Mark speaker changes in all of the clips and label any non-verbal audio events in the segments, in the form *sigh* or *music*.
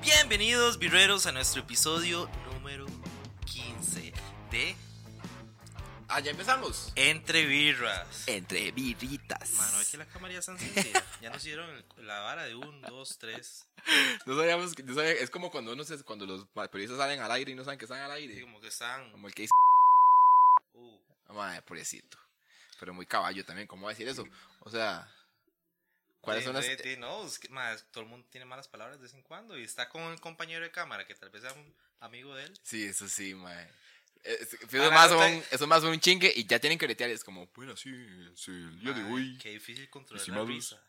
Speaker 1: Bienvenidos, birreros, a nuestro episodio número 15 de
Speaker 2: Ah, ya empezamos.
Speaker 1: Entre Birras.
Speaker 2: Entre birritas.
Speaker 1: Mano, es que la cámara ya está encendida. Ya nos dieron el- la vara de 1, 2, 3.
Speaker 2: No sabíamos que- no sabía- es como cuando uno se- cuando los ma- periodistas salen al aire y no saben que están al aire.
Speaker 1: Como que están.
Speaker 2: Como el que dice,
Speaker 1: uh,
Speaker 2: "Ah, madre, pobrecito. Pero muy caballo también, ¿cómo va a decir eso? O sea, ¿cuáles
Speaker 1: de-
Speaker 2: son las
Speaker 1: de- de- no, es que, ma, todo el mundo tiene malas palabras de vez en cuando. Y está con el compañero de cámara, que tal vez sea un amigo de él.
Speaker 2: Sí, eso sí, mae. Es- Eso
Speaker 1: Ahora
Speaker 2: es más
Speaker 1: no te-
Speaker 2: un, eso es más un chingue y ya tienen que bretear. y Es como, bueno, sí, sí, el día de
Speaker 1: Ay,
Speaker 2: hoy.
Speaker 1: Qué difícil controlar la
Speaker 2: Hicimos-
Speaker 1: risa.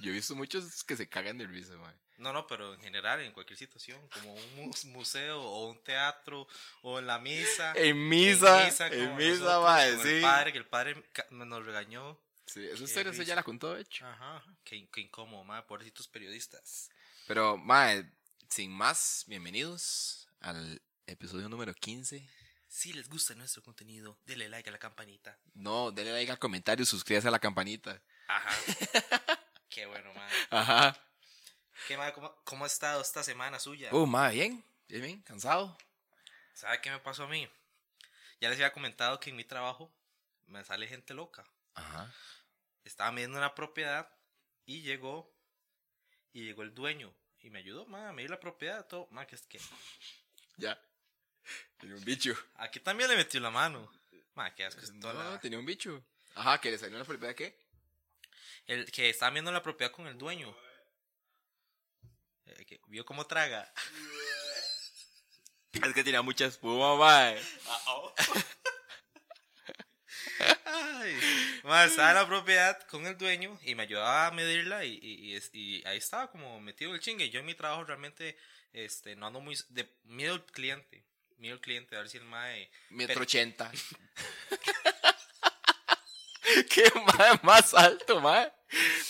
Speaker 2: Yo he visto muchos que se cagan de risa, mae.
Speaker 1: No, no, pero en general, en cualquier situación, como un mu- museo o un teatro o en la
Speaker 2: *laughs*
Speaker 1: misa.
Speaker 2: En misa, en misa,
Speaker 1: misa, como
Speaker 2: misa
Speaker 1: nosotros,
Speaker 2: mae,
Speaker 1: con
Speaker 2: sí.
Speaker 1: El padre, que el padre ca- nos regañó.
Speaker 2: Sí, eso
Speaker 1: Qué
Speaker 2: historia, eso
Speaker 1: risa.
Speaker 2: ya la contó, de hecho.
Speaker 1: Ajá, qué, in- qué incómodo, madre, pobrecitos periodistas.
Speaker 2: Pero, mae, sin más, bienvenidos al episodio número 15.
Speaker 1: Si les gusta nuestro contenido, denle like a la campanita.
Speaker 2: No, denle like al comentario, suscríbase a la campanita.
Speaker 1: Ajá. *laughs* qué bueno, madre.
Speaker 2: Ajá.
Speaker 1: Qué madre, ¿cómo, cómo ha estado esta semana suya?
Speaker 2: Uh, mae, bien, bien, bien, cansado.
Speaker 1: ¿Sabe qué me pasó a mí? Ya les había comentado que en mi trabajo me sale gente loca.
Speaker 2: Ajá.
Speaker 1: Estaba viendo una propiedad y llegó, y llegó el dueño. Y me ayudó, madre, a medir la propiedad, todo. Madre, que es que
Speaker 2: Ya. Tenía un bicho.
Speaker 1: Aquí también le metió la mano. Ma, qué asco. es toda
Speaker 2: Eh, No,
Speaker 1: la-
Speaker 2: tenía un bicho. Ajá, que le salió una propiedad qué?
Speaker 1: El que está viendo la propiedad con el dueño. Eh, que vio cómo traga.
Speaker 2: Es que tenía mucha espuma, mae.
Speaker 1: Ay. Ma, estaba la propiedad con el dueño y me ayudaba a medirla y, y- y es- y ahí estaba como metido el chingue. Yo en mi trabajo realmente este, no ando muy... De, miedo al cliente. Miedo al cliente, a ver si el mae...
Speaker 2: Metro
Speaker 1: Pero-
Speaker 2: ochenta. *laughs* ¿Qué mae más alto, mae?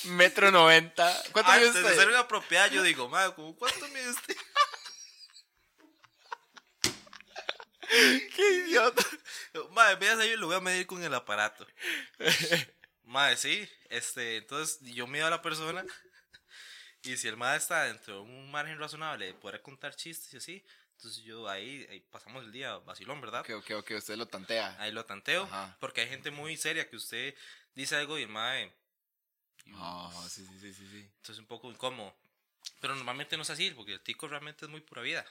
Speaker 2: Metro noventa. ¿Cuánto mide
Speaker 1: Antes de
Speaker 2: usted?
Speaker 1: hacer una propiedad yo digo, ma, ¿cómo ¿cuánto mide usted?
Speaker 2: ¡Qué idiota!
Speaker 1: Madre, veas ahí, lo voy a medir con el aparato. Madre, sí. Este, entonces yo mido a la persona. Y si el madre está dentro de un margen razonable de poder contar chistes y así, entonces yo ahí, ahí pasamos el día vacilón, ¿verdad?
Speaker 2: Ok, ok, ok, usted lo tantea.
Speaker 1: Ahí lo tanteo.
Speaker 2: Ajá.
Speaker 1: Porque hay gente muy seria que usted dice algo y el eh, madre.
Speaker 2: Ah, sí, sí, sí, sí, sí.
Speaker 1: Entonces es un poco incómodo. Pero normalmente no es así, porque el tico realmente es muy pura vida.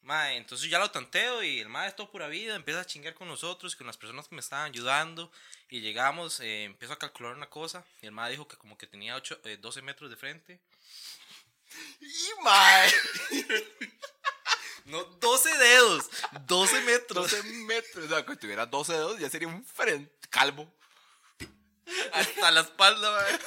Speaker 1: Mae, entonces ya lo tanteo y el mae es todo pura vida, empieza a chingar con nosotros, con las personas que me estaban ayudando. Y llegamos, eh, empiezo a calcular una cosa. Y el mae dijo que como que tenía ocho- eh, 12 metros de frente.
Speaker 2: ¡Y mae! *laughs*
Speaker 1: No, 12 dedos,
Speaker 2: *laughs*
Speaker 1: 12 metros.
Speaker 2: 12 metros. O sea, que tuviera 12 dedos ya sería un frente calvo.
Speaker 1: Hasta la espalda, mae.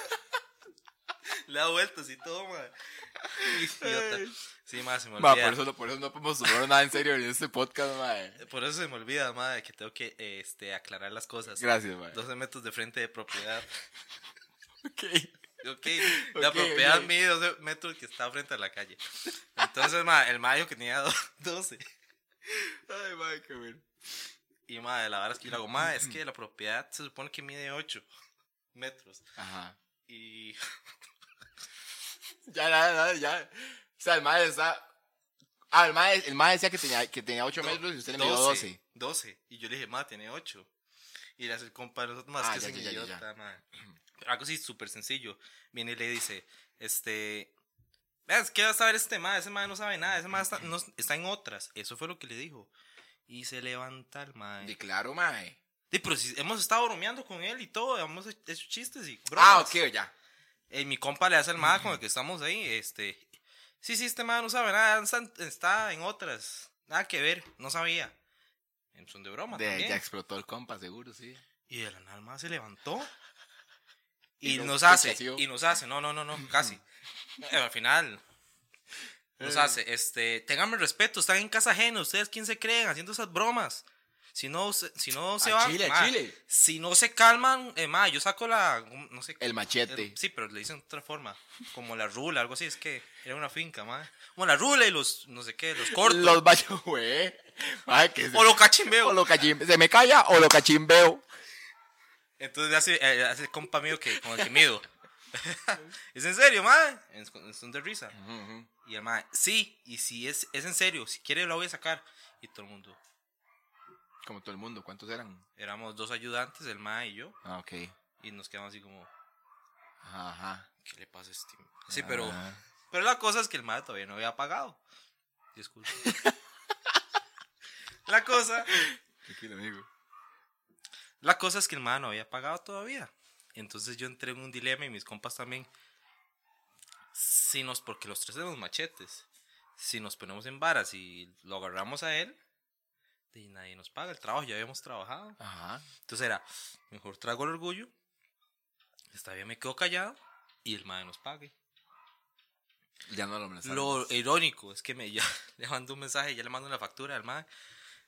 Speaker 1: *laughs* Le da vueltas y todo, mae. *laughs* Idiota. Sí, mae, se me olvida.
Speaker 2: Ma, por eso, por eso no podemos tomar nada en serio en este podcast, mae.
Speaker 1: Por eso se me olvida, mae, que tengo que eh, este, aclarar las cosas.
Speaker 2: Gracias, mae.
Speaker 1: 12 metros de frente de propiedad.
Speaker 2: Ok.
Speaker 1: Ok,
Speaker 2: *laughs*
Speaker 1: la
Speaker 2: Ok,
Speaker 1: propiedad
Speaker 2: ok.
Speaker 1: mide 12 metros que está frente a la calle. Entonces, ma, el mayo que tenía do- *laughs* 12.
Speaker 2: Ay, mae, qué bueno.
Speaker 1: Y ma, la verdad es que yo le hago, ma, es que la propiedad se supone que mide 8 metros.
Speaker 2: Ajá.
Speaker 1: Y
Speaker 2: Ya, ya, ya, ya. O sea, el mae está. Ah, el mae, el mae decía que tenía, que tenía 8 metros y usted le midió 12.
Speaker 1: 12. Y yo le dije, ma, tiene 8. Y le hace el compa, más
Speaker 2: Ah,
Speaker 1: que
Speaker 2: ya,
Speaker 1: es un
Speaker 2: ya, ya, ya,
Speaker 1: idiota,
Speaker 2: ya.
Speaker 1: ma. Pero algo así súper sencillo. Viene y le dice, este. Veas, ¿qué va a saber este ma? Ese ma no sabe nada. Ese ma está, no- está en otras. Eso fue lo que le dijo. Y se levanta el ma.
Speaker 2: Y claro, mae.
Speaker 1: Sí, pero si hemos estado bromeando con él y todo, hemos hecho chistes y bromas.
Speaker 2: Ah, ok, ya.
Speaker 1: Eh, mi compa le hace el más con el que estamos ahí, este... Sí, sí, este man no sabe nada, está- está en otras. Nada que ver, no sabía. En son de broma
Speaker 2: De-
Speaker 1: también.
Speaker 2: ya explotó el compa, seguro, sí.
Speaker 1: Y de la nada el mae se levantó. Y,
Speaker 2: *laughs* Y nos
Speaker 1: nos hace,
Speaker 2: pichació.
Speaker 1: y nos hace, no, no, no, no, casi. Eh, al final... Nos
Speaker 2: Eh.
Speaker 1: hace, este, ténganme respeto, están en casa ajena, ustedes quién se creen haciendo esas bromas. Si no, se- si no se
Speaker 2: A
Speaker 1: van,
Speaker 2: Chile, a
Speaker 1: mae,
Speaker 2: Chile.
Speaker 1: Si no se calman, eh, mae, yo saco la, no sé,
Speaker 2: El machete.
Speaker 1: sí, pero le dicen de otra forma, como la rula, algo así, es que era una finca, mae. Bueno, la rula y los, no sé qué,
Speaker 2: *laughs*
Speaker 1: los cortos.
Speaker 2: Los baños, güey. Ay, que se-
Speaker 1: O lo cachimbeo.
Speaker 2: *laughs* o lo cachim- ¿Se me calla o lo cachimbeo?
Speaker 1: Entonces hace, eh, hace el *laughs* compa mío que, con el que mido. ¿Es en serio, mae? Es, es un de risa. Y el mae, sí, y si es, es en serio, si quiere la voy a sacar. Y todo el mundo,
Speaker 2: Como todo el mundo, ¿cuántos eran?
Speaker 1: éramos dos ayudantes, el mae y yo,
Speaker 2: Ah, ok.
Speaker 1: y nos quedamos así como,
Speaker 2: Ajá, ajá. Ah.
Speaker 1: ¿qué le pasa a este? m-?" Sí, pero,
Speaker 2: Ajá.
Speaker 1: pero la cosa es que el mae todavía no había pagado.
Speaker 2: *laughs*
Speaker 1: Disculpe. la cosa
Speaker 2: Tranquilo, amigo.
Speaker 1: La cosa es que el man no había pagado todavía. Entonces yo entré en un dilema y mis compas también. Si nos, porque los tres tenemos machetes. Si nos ponemos en varas y lo agarramos a él, y nadie nos paga el trabajo, ya habíamos trabajado.
Speaker 2: Ajá.
Speaker 1: Entonces era, mejor trago el orgullo. Esta vez me quedo callado y el man nos pague.
Speaker 2: Ya no lo amenazaron.
Speaker 1: Lo irónico es que me, ya *laughs* le mando un mensaje, ya le mando una factura al man.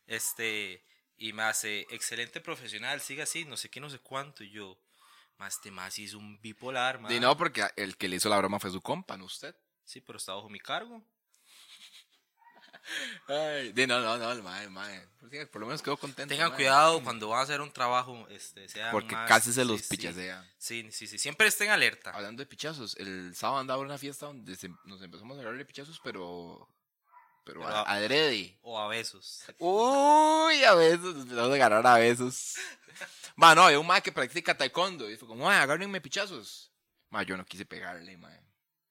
Speaker 1: Este, y me hace, excelente profesional, siga así, no sé qué, no sé cuánto. Y yo, más este más es un bipolar, man.
Speaker 2: Y no, porque el que le hizo la broma fue su compa, no usted.
Speaker 1: Sí, pero está bajo mi cargo.
Speaker 2: Ay, de no, no, no, el mae, el mae. Por, si- por lo menos quedó contento.
Speaker 1: Tengan *clears throat*
Speaker 2: mae.
Speaker 1: cuidado cuando van a hacer un trabajo, este, sean
Speaker 2: Porque
Speaker 1: más-
Speaker 2: casi se los
Speaker 1: sí, sí.
Speaker 2: pichasea.
Speaker 1: Sí, sí, sí, siempre estén alerta.
Speaker 2: Hablando de pichazos, el sábado andaba en una fiesta donde se- nos empezamos a hablar de pichazos, pero. Pero,
Speaker 1: Pero
Speaker 2: a-
Speaker 1: a-
Speaker 2: adrede.
Speaker 1: O a besos.
Speaker 2: Uy, a besos, nos empezamos a agarrar a besos. Ma, no, hay un mae que practica taekwondo. Y fue como, mae, agárrenme pichazos. Ma, yo no quise pegarle, mae.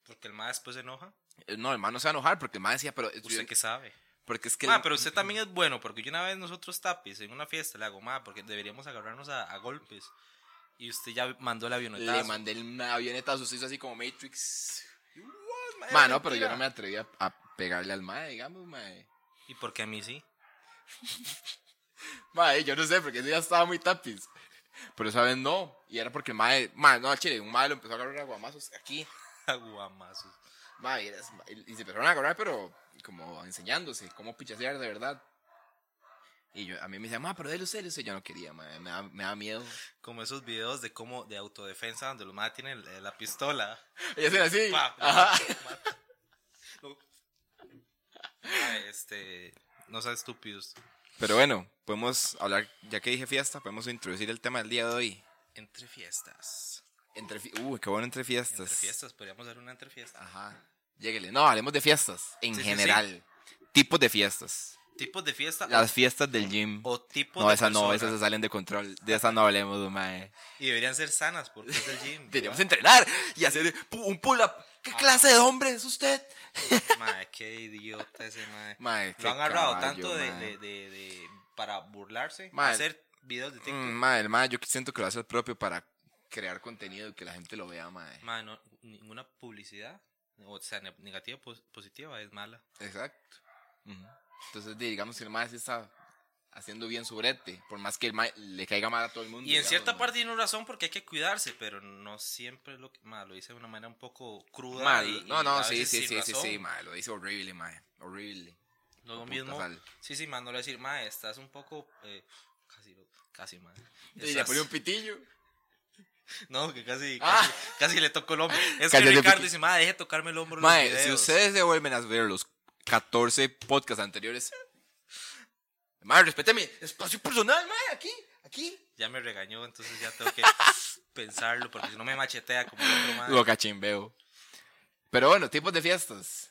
Speaker 1: Porque el más después se enoja.
Speaker 2: Eh, No, el mae no se va a enojar porque el mae decía, pero.
Speaker 1: Usted que sabe.
Speaker 2: Porque es que.
Speaker 1: Ma, pero usted también es bueno, porque yo una vez nosotros tapis en una fiesta le hago, ma, porque deberíamos agarrarnos a, a golpes. Y usted ya mandó el avionetazo.
Speaker 2: Le mandé una avioneta, usted hizo así como Matrix.
Speaker 1: Y, "What, ma, era
Speaker 2: Ma, no, pero yo
Speaker 1: mentira".
Speaker 2: no me atreví a, a pegarle al mae, digamos, mae.
Speaker 1: ¿Y por qué a mí sí? *laughs*
Speaker 2: Mae, eh, yo no sé, porque ese ya estaba muy tapiz. Pero esa vez no. Y era porque el mae, mae, no, al chile, un mae lo empezó a agarrar a guamazos aquí.
Speaker 1: Aguamazos.
Speaker 2: Mae, era- y se empezaron a agarrar, pero como enseñándose cómo pichasear de verdad. Y yo, a mí me decían, ma, pero déle usted, déle usted. Yo no quería, mae, me da, me
Speaker 1: *laughs*
Speaker 2: da miedo.
Speaker 1: Como esos videos de cómo, de autodefensa, donde los más tienen eh, la pistola.
Speaker 2: Y hacen así.
Speaker 1: Pa,
Speaker 2: Ajá.
Speaker 1: mata. No. Ma, este, no sean estúpidos.
Speaker 2: Pero bueno, podemos hablar, ya que dije fiesta, podemos introducir el tema del día de hoy.
Speaker 1: Entre fiestas.
Speaker 2: Entre, fi- uy, qué bueno entre fiestas.
Speaker 1: Entre fiestas, podríamos hacer una entre fiestas.
Speaker 2: Ajá. Lléguele. No, hablemos de fiestas. En
Speaker 1: Sí, sí,
Speaker 2: general. Tipos de fiestas.
Speaker 1: Tipos de fiesta
Speaker 2: Las fiestas del gym.
Speaker 1: o tipos
Speaker 2: No,
Speaker 1: de
Speaker 2: esas no,
Speaker 1: persona.
Speaker 2: esas se salen de control. De esas no hablemos, mae.
Speaker 1: Y deberían ser sanas porque es el gym.
Speaker 2: *laughs* Deberíamos entrenar y hacer pu- un pull-up.
Speaker 1: Ah.
Speaker 2: ¿Qué clase de hombre es usted?
Speaker 1: Mae, qué idiota ese mae.
Speaker 2: Mae, qué
Speaker 1: Lo han agarrado
Speaker 2: caballo,
Speaker 1: tanto de,
Speaker 2: mae.
Speaker 1: de- de- de- para burlarse,
Speaker 2: Mae.
Speaker 1: hacer videos de
Speaker 2: Mm,
Speaker 1: TikTok.
Speaker 2: mae, el mae, yo siento que lo hace el propio para crear contenido y que la gente lo vea, mae.
Speaker 1: Mae, no, ninguna publicidad, o sea, ne- negativa pos- positiva es mala.
Speaker 2: Exacto. Ujú. Entonces, digamos que el mae sí está haciendo bien su brete. Por más que el mae le caiga mal a todo el mundo.
Speaker 1: Y en
Speaker 2: digamos,
Speaker 1: cierta
Speaker 2: mae.
Speaker 1: parte tiene razón porque hay que cuidarse, pero no siempre lo que, mae, lo dice de una manera un poco cruda. y-
Speaker 2: Mal.
Speaker 1: y
Speaker 2: No, no,
Speaker 1: a
Speaker 2: sí,
Speaker 1: veces
Speaker 2: sí,
Speaker 1: sin
Speaker 2: sí, sí,
Speaker 1: razón.
Speaker 2: sí, mae. Lo dice horrible, mae. Horrible.
Speaker 1: Lo
Speaker 2: Puta
Speaker 1: mismo.
Speaker 2: sal.
Speaker 1: Sí, sí, mae, no le voy a decir, mae, estás un poco eh, casi casi mae.
Speaker 2: Y le
Speaker 1: Estás-
Speaker 2: ponía un pitillo.
Speaker 1: No, que casi,
Speaker 2: Ah.
Speaker 1: casi, casi le tocó el hombro. Es que
Speaker 2: Cállate,
Speaker 1: Ricardo
Speaker 2: Piqui.
Speaker 1: dice, madre, deje tocarme el hombro. en los
Speaker 2: Mae, si
Speaker 1: videos".
Speaker 2: ustedes se vuelven a ver los 14 podcasts anteriores. Mae, respete mi espacio personal, mae, aquí, aquí.
Speaker 1: Ya me regañó, entonces ya
Speaker 2: *laughs*
Speaker 1: tengo que pensarlo, porque si no me machetea como el otro madre.
Speaker 2: Lo cachimbeo. Pero bueno, tipos de fiestas.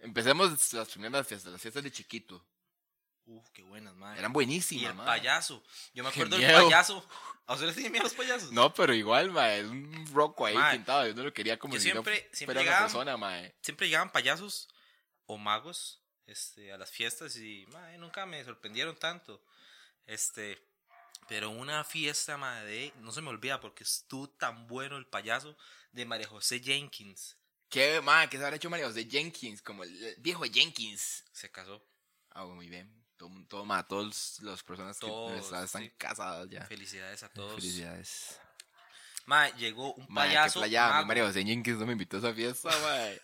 Speaker 2: Empecemos las primeras fiestas, las fiestas de chiquito.
Speaker 1: Uf, qué buenas, madre.
Speaker 2: Eran
Speaker 1: y
Speaker 2: buenísimas,
Speaker 1: el
Speaker 2: mae.
Speaker 1: payaso. Yo me
Speaker 2: Qué
Speaker 1: acuerdo del
Speaker 2: miedo.
Speaker 1: payaso. ¿A ustedes les tienen miedo los payasos?
Speaker 2: No, pero igual, mae, es un roco ahí
Speaker 1: Mae,
Speaker 2: pintado. Yo no lo quería como
Speaker 1: yo
Speaker 2: si no
Speaker 1: siempre- siempre
Speaker 2: fuera una
Speaker 1: llegaba-
Speaker 2: persona, mae.
Speaker 1: Siempre llegaban payasos o magos este, a las fiestas y, madre, nunca me sorprendieron tanto. Este, pero una fiesta, madre, de- no se me olvida porque estuvo tan bueno el payaso de María José Jenkins.
Speaker 2: ¿Qué, mae? ¿Qué se habrá hecho Mario de Jenkins? Como el viejo Jenkins.
Speaker 1: Se casó.
Speaker 2: Ah, bueno, muy bien. Todo, mu- todo, ma, todas las personas que
Speaker 1: Todos,
Speaker 2: están, están
Speaker 1: sí.
Speaker 2: casadas ya.
Speaker 1: Felicidades a todos.
Speaker 2: Felicidades.
Speaker 1: Ma, llegó un
Speaker 2: Mae, qué
Speaker 1: payaso. Ah,
Speaker 2: playa,
Speaker 1: mago. *laughs*
Speaker 2: mi María José Jenkins no me invitó a esa fiesta, mae.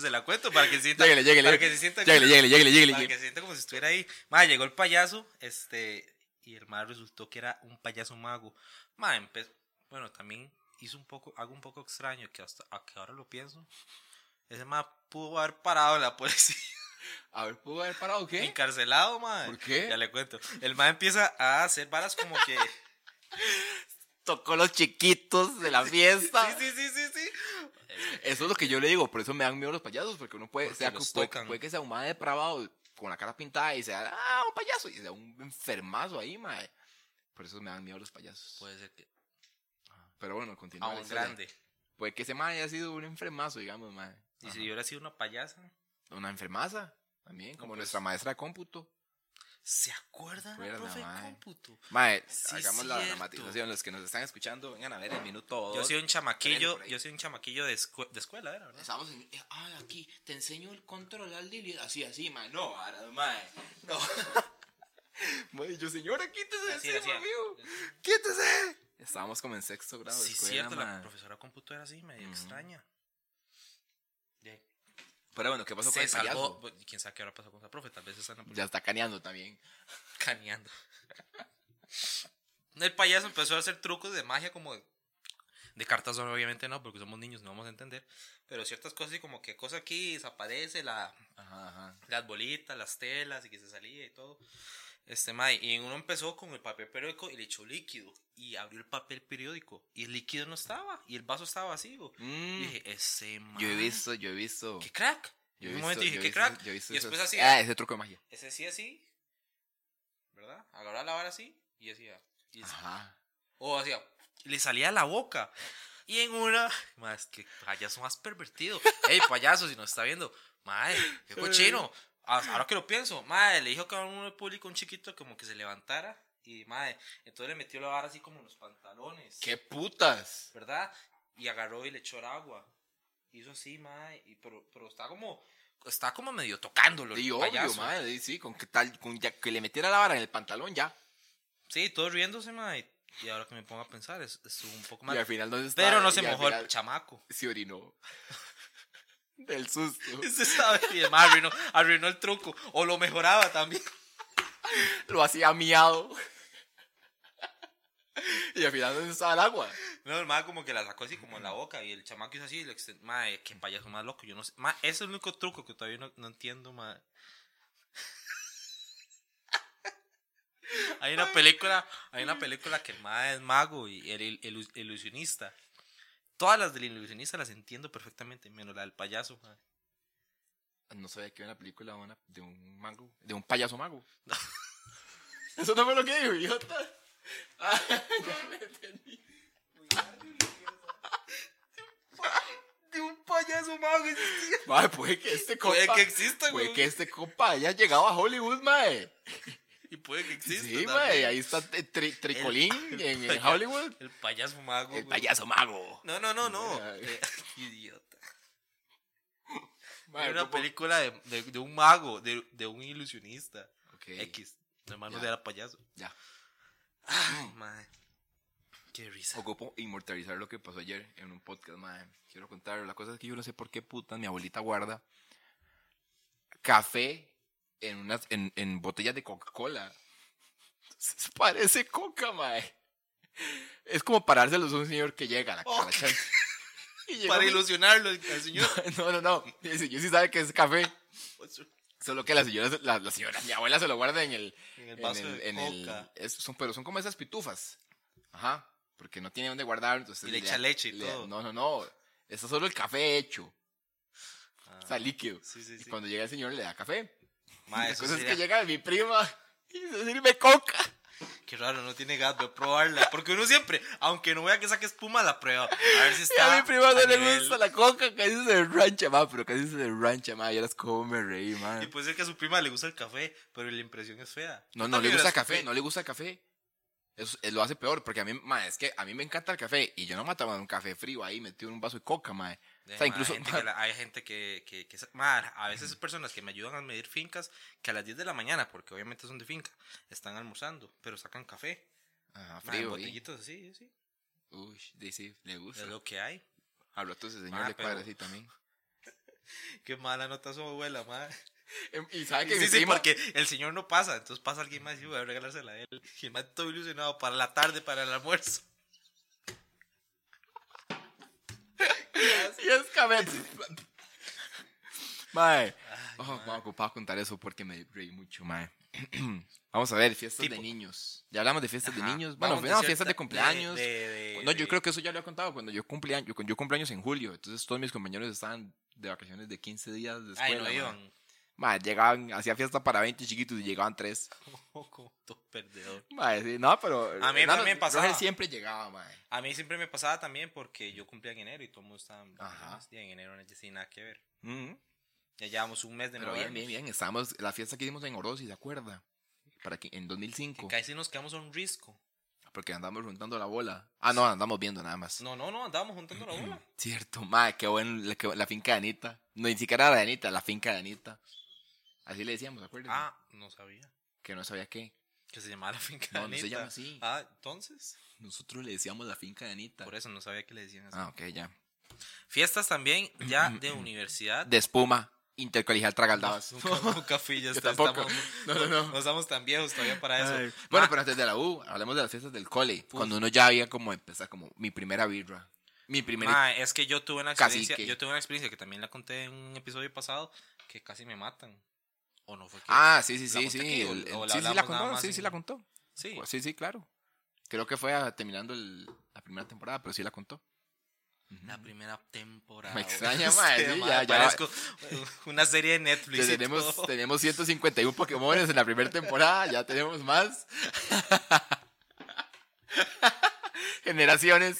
Speaker 1: Se la cuento para que
Speaker 2: *laughs*
Speaker 1: se sienta.
Speaker 2: Lléguele, lléguele.
Speaker 1: Para que se sienta.
Speaker 2: *laughs* Lléguele, lléguele, lléguele, lléguele,
Speaker 1: para que
Speaker 2: lléguele.
Speaker 1: se sienta como si estuviera ahí. Ma, llegó el payaso, este, y el ma resultó que era un payaso mago. Ma, empezó, bueno, también hizo un poco, algo un poco extraño que hasta a que ahora lo pienso. Ese ma pudo haber parado en la policía,
Speaker 2: A ver, ¿pudo haber parado o qué?
Speaker 1: encarcelado, ma.
Speaker 2: ¿Por qué?
Speaker 1: Ya le cuento. El ma empieza a hacer varas como
Speaker 2: *laughs*
Speaker 1: que.
Speaker 2: Tocó los chiquitos de
Speaker 1: *laughs*
Speaker 2: la
Speaker 1: sí,
Speaker 2: fiesta.
Speaker 1: sí, sí, sí, sí.
Speaker 2: Eso es lo que yo le digo, por eso me dan miedo los payasos, porque uno puede,
Speaker 1: Porque
Speaker 2: sea,
Speaker 1: los
Speaker 2: puede,
Speaker 1: tocan.
Speaker 2: puede que sea un mae depravado con la cara pintada y sea, ah, un payaso, y sea un enfermazo ahí, mae. Por eso me dan miedo los payasos.
Speaker 1: Puede ser que.
Speaker 2: Pero bueno, continúa. la
Speaker 1: Aún
Speaker 2: historia.
Speaker 1: grande.
Speaker 2: Puede que ese mae haya sido un enfermazo, digamos, mae.
Speaker 1: Y
Speaker 2: Ajá.
Speaker 1: si yo hubiera sido una payasa,
Speaker 2: Una enfermaza también, como
Speaker 1: pues.
Speaker 2: nuestra maestra de cómputo.
Speaker 1: ¿se acuerdan? la
Speaker 2: Acuerda,
Speaker 1: profe de
Speaker 2: mae.
Speaker 1: cómputo.
Speaker 2: Mae,
Speaker 1: Sí,
Speaker 2: hagamos la
Speaker 1: cierto.
Speaker 2: dramatización. Los que nos están escuchando, vengan a ver el minuto dos.
Speaker 1: Yo soy un
Speaker 2: Traigo
Speaker 1: chamaquillo,
Speaker 2: por ahí.
Speaker 1: yo soy un chamaquillo de, escue- de escuela, ¿era? ¿verdad?
Speaker 2: Estamos en. eh, Ay, aquí, te enseño el control al delete. Así, así, mae. No, ahora, mae. No. *laughs* Mae, yo, señora, quítese
Speaker 1: Así,
Speaker 2: de
Speaker 1: así.
Speaker 2: encima, amigo. Quítese. Estábamos como en sexto grado. de
Speaker 1: Sí,
Speaker 2: escuela,
Speaker 1: cierto, la
Speaker 2: mae.
Speaker 1: profesora de cómputo era así, medio
Speaker 2: Ujú.
Speaker 1: extraña. De-
Speaker 2: Pero bueno, ¿qué pasó con
Speaker 1: Se
Speaker 2: el
Speaker 1: salvó.
Speaker 2: payaso?
Speaker 1: bueno, Quién sabe qué ahora pasó con esa profe. Tal vez se están
Speaker 2: Ya está caneando también.
Speaker 1: caneando. *laughs* El payaso empezó a hacer trucos de magia como de, de cartas, obviamente no, porque somos niños, no vamos a entender. Pero ciertas cosas, y como que cosa aquí desaparece, la,
Speaker 2: Ajá, ajá.
Speaker 1: las bolitas, las telas, y que se salía y todo. Este mae, y uno empezó con el papel periódico y le echó líquido. Y abrió el papel periódico. Y el líquido no estaba. Y el vaso estaba vacío. Y
Speaker 2: Mm,
Speaker 1: dije, ese mae.
Speaker 2: yo he visto, yo he visto.
Speaker 1: ¡Qué crack! en
Speaker 2: Yo he
Speaker 1: un
Speaker 2: visto,
Speaker 1: momento dije,
Speaker 2: yo he
Speaker 1: ¡qué
Speaker 2: visto-
Speaker 1: crack!
Speaker 2: yo he visto
Speaker 1: Y después
Speaker 2: esos-
Speaker 1: así-
Speaker 2: Ah, ese truco de magia.
Speaker 1: Ese sí así, ¿verdad? Agarraba la vara así y hacía. y así.
Speaker 2: Ajá.
Speaker 1: O hacía. y Le salía de la boca. Y en una. Más que payaso más pervertido. Ey, payaso, si nos está viendo. Madre, qué cochino. A- Ahora que lo pienso, madre, le dijo que a uno del público, un chiquito, como que se levantara. Y madre, entonces le metió la vara así como en los pantalones.
Speaker 2: ¡Qué putas!
Speaker 1: ¿Verdad? Y agarró y le echó el agua. Hizo así, madre. Y, pero, pero está como. Está como medio tocándolo. el
Speaker 2: Y obvio,
Speaker 1: payaso.
Speaker 2: madre, sí, con que tal, con ya que le metiera la vara en el pantalón ya.
Speaker 1: Sí, todos riéndose, ma. Y, y ahora que me pongo a pensar, es, estuvo un poco
Speaker 2: Y al
Speaker 1: mal.
Speaker 2: final no se estaba-
Speaker 1: Pero no se
Speaker 2: y al
Speaker 1: mojó el
Speaker 2: final
Speaker 1: chamaco.
Speaker 2: Se orinó. *laughs* Del
Speaker 1: *laughs*
Speaker 2: susto.
Speaker 1: Se sabe. Y además arruinó, arruinó el truco. O lo mejoraba también. *laughs*
Speaker 2: Lo hacía miado. *laughs* Y al final no se estaba el agua.
Speaker 1: No, el ma como que la sacó así como en la boca. Y el chamaco hizo así. Y le exten- ma, eh, qué payaso más loco. Yo no sé. Ma, ese es el único truco que todavía no, no entiendo, ma. *laughs* Hay una película, hay una película que el ma es mago y el, el- el ilusionista. Todas las del ilusionista las entiendo perfectamente, menos la del payaso, ma.
Speaker 2: No sabía que era una película de una- de un mago, de un payaso *laughs* mago. Eso no fue lo que dijo, idiota. Ah, ya me entendí.
Speaker 1: De un payaso mago existía.
Speaker 2: Madre, puede que este compa,
Speaker 1: Puede que exista,
Speaker 2: puede
Speaker 1: güey.
Speaker 2: que este compa haya llegado a Hollywood, mae.
Speaker 1: Y puede que exista.
Speaker 2: Sí, mae,
Speaker 1: también.
Speaker 2: ahí está eh, tri- Tricolín
Speaker 1: El- *laughs*
Speaker 2: en, en
Speaker 1: el paya-
Speaker 2: Hollywood.
Speaker 1: El payaso mago.
Speaker 2: El
Speaker 1: güey.
Speaker 2: payaso Ah, mago.
Speaker 1: No, no, no, no. *laughs*
Speaker 2: Mira.
Speaker 1: Eh, Idiota.
Speaker 2: Mae,
Speaker 1: Era una
Speaker 2: ¿cómo?
Speaker 1: película de, de, de un mago, de, de un ilusionista.
Speaker 2: Ok.
Speaker 1: X. Hermano
Speaker 2: Ya.
Speaker 1: de era payaso.
Speaker 2: Ya. Mm.
Speaker 1: Ay, madre. Qué risa.
Speaker 2: Ocupo inmortalizar lo que pasó ayer en un podcast, madre. Quiero contar, la cosa es que yo no sé por qué putas mi abuelita guarda café en unas en, en botellas de Coca-Cola. Entonces, Parece coca, madre. Es como parárselos a un señor que llega a la, a la
Speaker 1: *laughs*
Speaker 2: chance. Y llega
Speaker 1: Para
Speaker 2: un-
Speaker 1: ilusionarlo al señor.
Speaker 2: *laughs* No, no, no. El señor sí sabe que es café.
Speaker 1: en
Speaker 2: Solo que la señora, la, la señora, mi abuela se lo guarda en el,
Speaker 1: el
Speaker 2: en
Speaker 1: vaso
Speaker 2: el-
Speaker 1: de
Speaker 2: en el-
Speaker 1: coca.
Speaker 2: es- son, pero son como esas pitufas. Ajá. Porque no tiene dónde guardar. Entonces
Speaker 1: Y le echa leche y todo.
Speaker 2: No, no, no. Eso es solo el café hecho.
Speaker 1: Ah,
Speaker 2: O sea, líquido.
Speaker 1: Sí, sí,
Speaker 2: Y
Speaker 1: sí.
Speaker 2: cuando llega el señor le da café.
Speaker 1: Ma,
Speaker 2: la
Speaker 1: eso
Speaker 2: cosa es que
Speaker 1: sería-
Speaker 2: llega mi prima *laughs* y se sirve coca.
Speaker 1: Qué raro, no tiene gas, voy a probarla. Porque uno siempre, aunque no vea que saque espuma, la prueba. A
Speaker 2: *laughs*
Speaker 1: ver si
Speaker 2: Y
Speaker 1: está.
Speaker 2: a mi prima no
Speaker 1: a
Speaker 2: le
Speaker 1: nivel.
Speaker 2: gusta la coca. Casi se rancha, ma. Pero casi se rancha, ma. Yo las como me reí, ma.
Speaker 1: Y puede ser que a su prima le gusta el café, pero la impresión es fea.
Speaker 2: No,
Speaker 1: Tú
Speaker 2: no le
Speaker 1: también
Speaker 2: gusta
Speaker 1: eras
Speaker 2: café, no le gusta café. Eso es- lo hace peor, porque a mí, ma, es que a mí me encanta el café. Y yo no mataba un café frío ahí metido en un vaso de coca, ma.
Speaker 1: De-
Speaker 2: O sea,
Speaker 1: ma,
Speaker 2: incluso-
Speaker 1: Hay gente,
Speaker 2: *laughs*
Speaker 1: que, la- hay gente que, que- que sa- ma, a veces personas que me ayudan a medir fincas que a las 10 de la mañana, porque obviamente son de finca, están almorzando, pero sacan café.
Speaker 2: Ajá,
Speaker 1: Ma, en
Speaker 2: frío. ahí.
Speaker 1: botellitas así, así.
Speaker 2: Uy, sí, sí, le gusta.
Speaker 1: Es lo que hay.
Speaker 2: Al rato ese señor
Speaker 1: Ah,
Speaker 2: le cuadra
Speaker 1: pero-
Speaker 2: así *laughs* también.
Speaker 1: Qué mala nota su abuela,
Speaker 2: *laughs*
Speaker 1: madre.
Speaker 2: Em, Y sabe que
Speaker 1: Sí,
Speaker 2: mi
Speaker 1: sí,
Speaker 2: prima...
Speaker 1: porque el señor no pasa, entonces pasa alguien más y voy a regalársela a él. Y el man todo ilusionado para la tarde, para el almuerzo.
Speaker 2: Y es *laughs* café. mae.
Speaker 1: Ay,
Speaker 2: Oh,
Speaker 1: ma.
Speaker 2: ma, ocupaba contar eso porque me reí mucho, mae. *clears throat* Vamos a ver, fiestas de
Speaker 1: Tipo.
Speaker 2: niños. Ya hablamos de fiestas de
Speaker 1: Ajá.
Speaker 2: niños.
Speaker 1: Va a
Speaker 2: Bueno,
Speaker 1: un
Speaker 2: no,
Speaker 1: concierto
Speaker 2: fiestas de
Speaker 1: de-
Speaker 2: cumpleaños.
Speaker 1: de- de-
Speaker 2: no, yo
Speaker 1: de-
Speaker 2: creo que eso ya lo he contado. Cuando yo cumplía, yo, yo cumpleaños en julio, entonces todos mis compañeros estaban de vacaciones de 15 días de
Speaker 1: Ay,
Speaker 2: escuela,
Speaker 1: no
Speaker 2: ma.
Speaker 1: *laughs* iban.
Speaker 2: Ma, llegaban, hacía fiesta para 20 chiquitos y llegaban 3.
Speaker 1: Como todo perdedor.
Speaker 2: no, pero.
Speaker 1: A mí
Speaker 2: no, no,
Speaker 1: también pasaba.
Speaker 2: Roger siempre llegaba, ma.
Speaker 1: A mí siempre me pasaba también porque yo cumplía en enero y todo el mundo estaba en
Speaker 2: Ajá.
Speaker 1: vacaciones, y en enero no sin nada que ver.
Speaker 2: Mm.
Speaker 1: Ya llevamos un mes de
Speaker 2: Pero
Speaker 1: no
Speaker 2: bien,
Speaker 1: vernos.
Speaker 2: bien, bien. Estábamos, la fiesta que hicimos en Orosi, ¿se acuerda? Para que, en 2005.
Speaker 1: Casi nos quedamos a un risco.
Speaker 2: Porque andamos juntando la bola. Ah, no, andamos viendo nada más.
Speaker 1: No, no, no, andábamos juntando la bola.
Speaker 2: *clears throat* Cierto, madre, qué bueno la, qué- la finca de Anita. No, ni siquiera era de Anita, la finca de Anita. Así le decíamos, ¿se acuerdan?
Speaker 1: Ah, no sabía.
Speaker 2: Que no sabía qué.
Speaker 1: Que se llamaba la *laughs* finca de
Speaker 2: No, no se
Speaker 1: Anita.
Speaker 2: llama así.
Speaker 1: Ah, entonces.
Speaker 2: Nosotros le decíamos la finca de Anita.
Speaker 1: Por eso no sabía que le decían así.
Speaker 2: Ah, ok, ya.
Speaker 1: Fiestas también ya
Speaker 2: *clears throat*
Speaker 1: de universidad.
Speaker 2: De espuma, intercolegial tragaldabas.
Speaker 1: Nunca, nunca fui, ya
Speaker 2: Yo
Speaker 1: está-
Speaker 2: tampoco.
Speaker 1: estamos-
Speaker 2: *laughs* No, no, no.
Speaker 1: estamos tan viejos todavía para eso.
Speaker 2: Ay. Bueno,
Speaker 1: Ma,
Speaker 2: pero antes de la U, hablemos de las fiestas del cole.
Speaker 1: Uf.
Speaker 2: Cuando uno ya había como empezado, como mi primera birra. Mi primera.
Speaker 1: ma, es que yo tuve una experiencia,
Speaker 2: Cacique.
Speaker 1: yo tuve una experiencia que también la conté en un episodio pasado que casi me matan. O no fue que
Speaker 2: ah, sí, sí,
Speaker 1: ¿La
Speaker 2: sí,
Speaker 1: conté
Speaker 2: sí.
Speaker 1: aquí o-
Speaker 2: El- el-
Speaker 1: o la
Speaker 2: sí, sí,
Speaker 1: hablamos
Speaker 2: la
Speaker 1: nada
Speaker 2: contó.
Speaker 1: más
Speaker 2: Sí,
Speaker 1: en-
Speaker 2: sí, la contó.
Speaker 1: sí.
Speaker 2: Pues Sí, sí, claro. Creo que fue ah, terminando el- la primera temporada, pero sí la contó.
Speaker 1: La primera temporada.
Speaker 2: *laughs* Me extraña,
Speaker 1: Usted,
Speaker 2: ma, sí,
Speaker 1: ma,
Speaker 2: ya- ya-
Speaker 1: parezco una serie de Netflix.
Speaker 2: Ya
Speaker 1: y
Speaker 2: tenemos,
Speaker 1: todo.
Speaker 2: tenemos 151 Pokémones en la primera temporada, ya tenemos más. *laughs* Generaciones.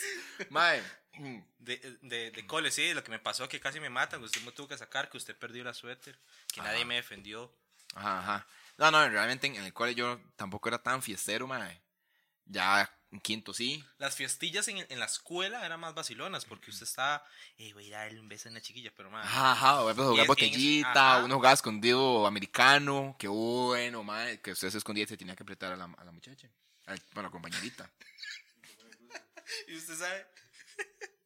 Speaker 2: Mae. mm,
Speaker 1: De, de, de cole, sí, lo que me pasó que casi me matan, que usted me tuvo que sacar, que usted perdió la suéter, que
Speaker 2: Ajá.
Speaker 1: nadie me defendió.
Speaker 2: Ajá, ajá. No, no, realmente en el cole yo tampoco era tan fiestero, mae. Ya en quinto sí.
Speaker 1: Las fiestillas en, en la escuela eran más vacilonas, porque usted estaba, eh, voy a ir a darle un beso a una chiquilla, pero más.
Speaker 2: Ajá, ajá. O
Speaker 1: Y
Speaker 2: a
Speaker 1: es- y
Speaker 2: jugar
Speaker 1: es-
Speaker 2: botellita,
Speaker 1: ajá.
Speaker 2: uno jugaba escondido americano. Qué bueno, mae. Que usted se escondía y se tenía que apretar a la, a la muchacha. Al- bueno, compañerita.
Speaker 1: Y usted sabe, *laughs*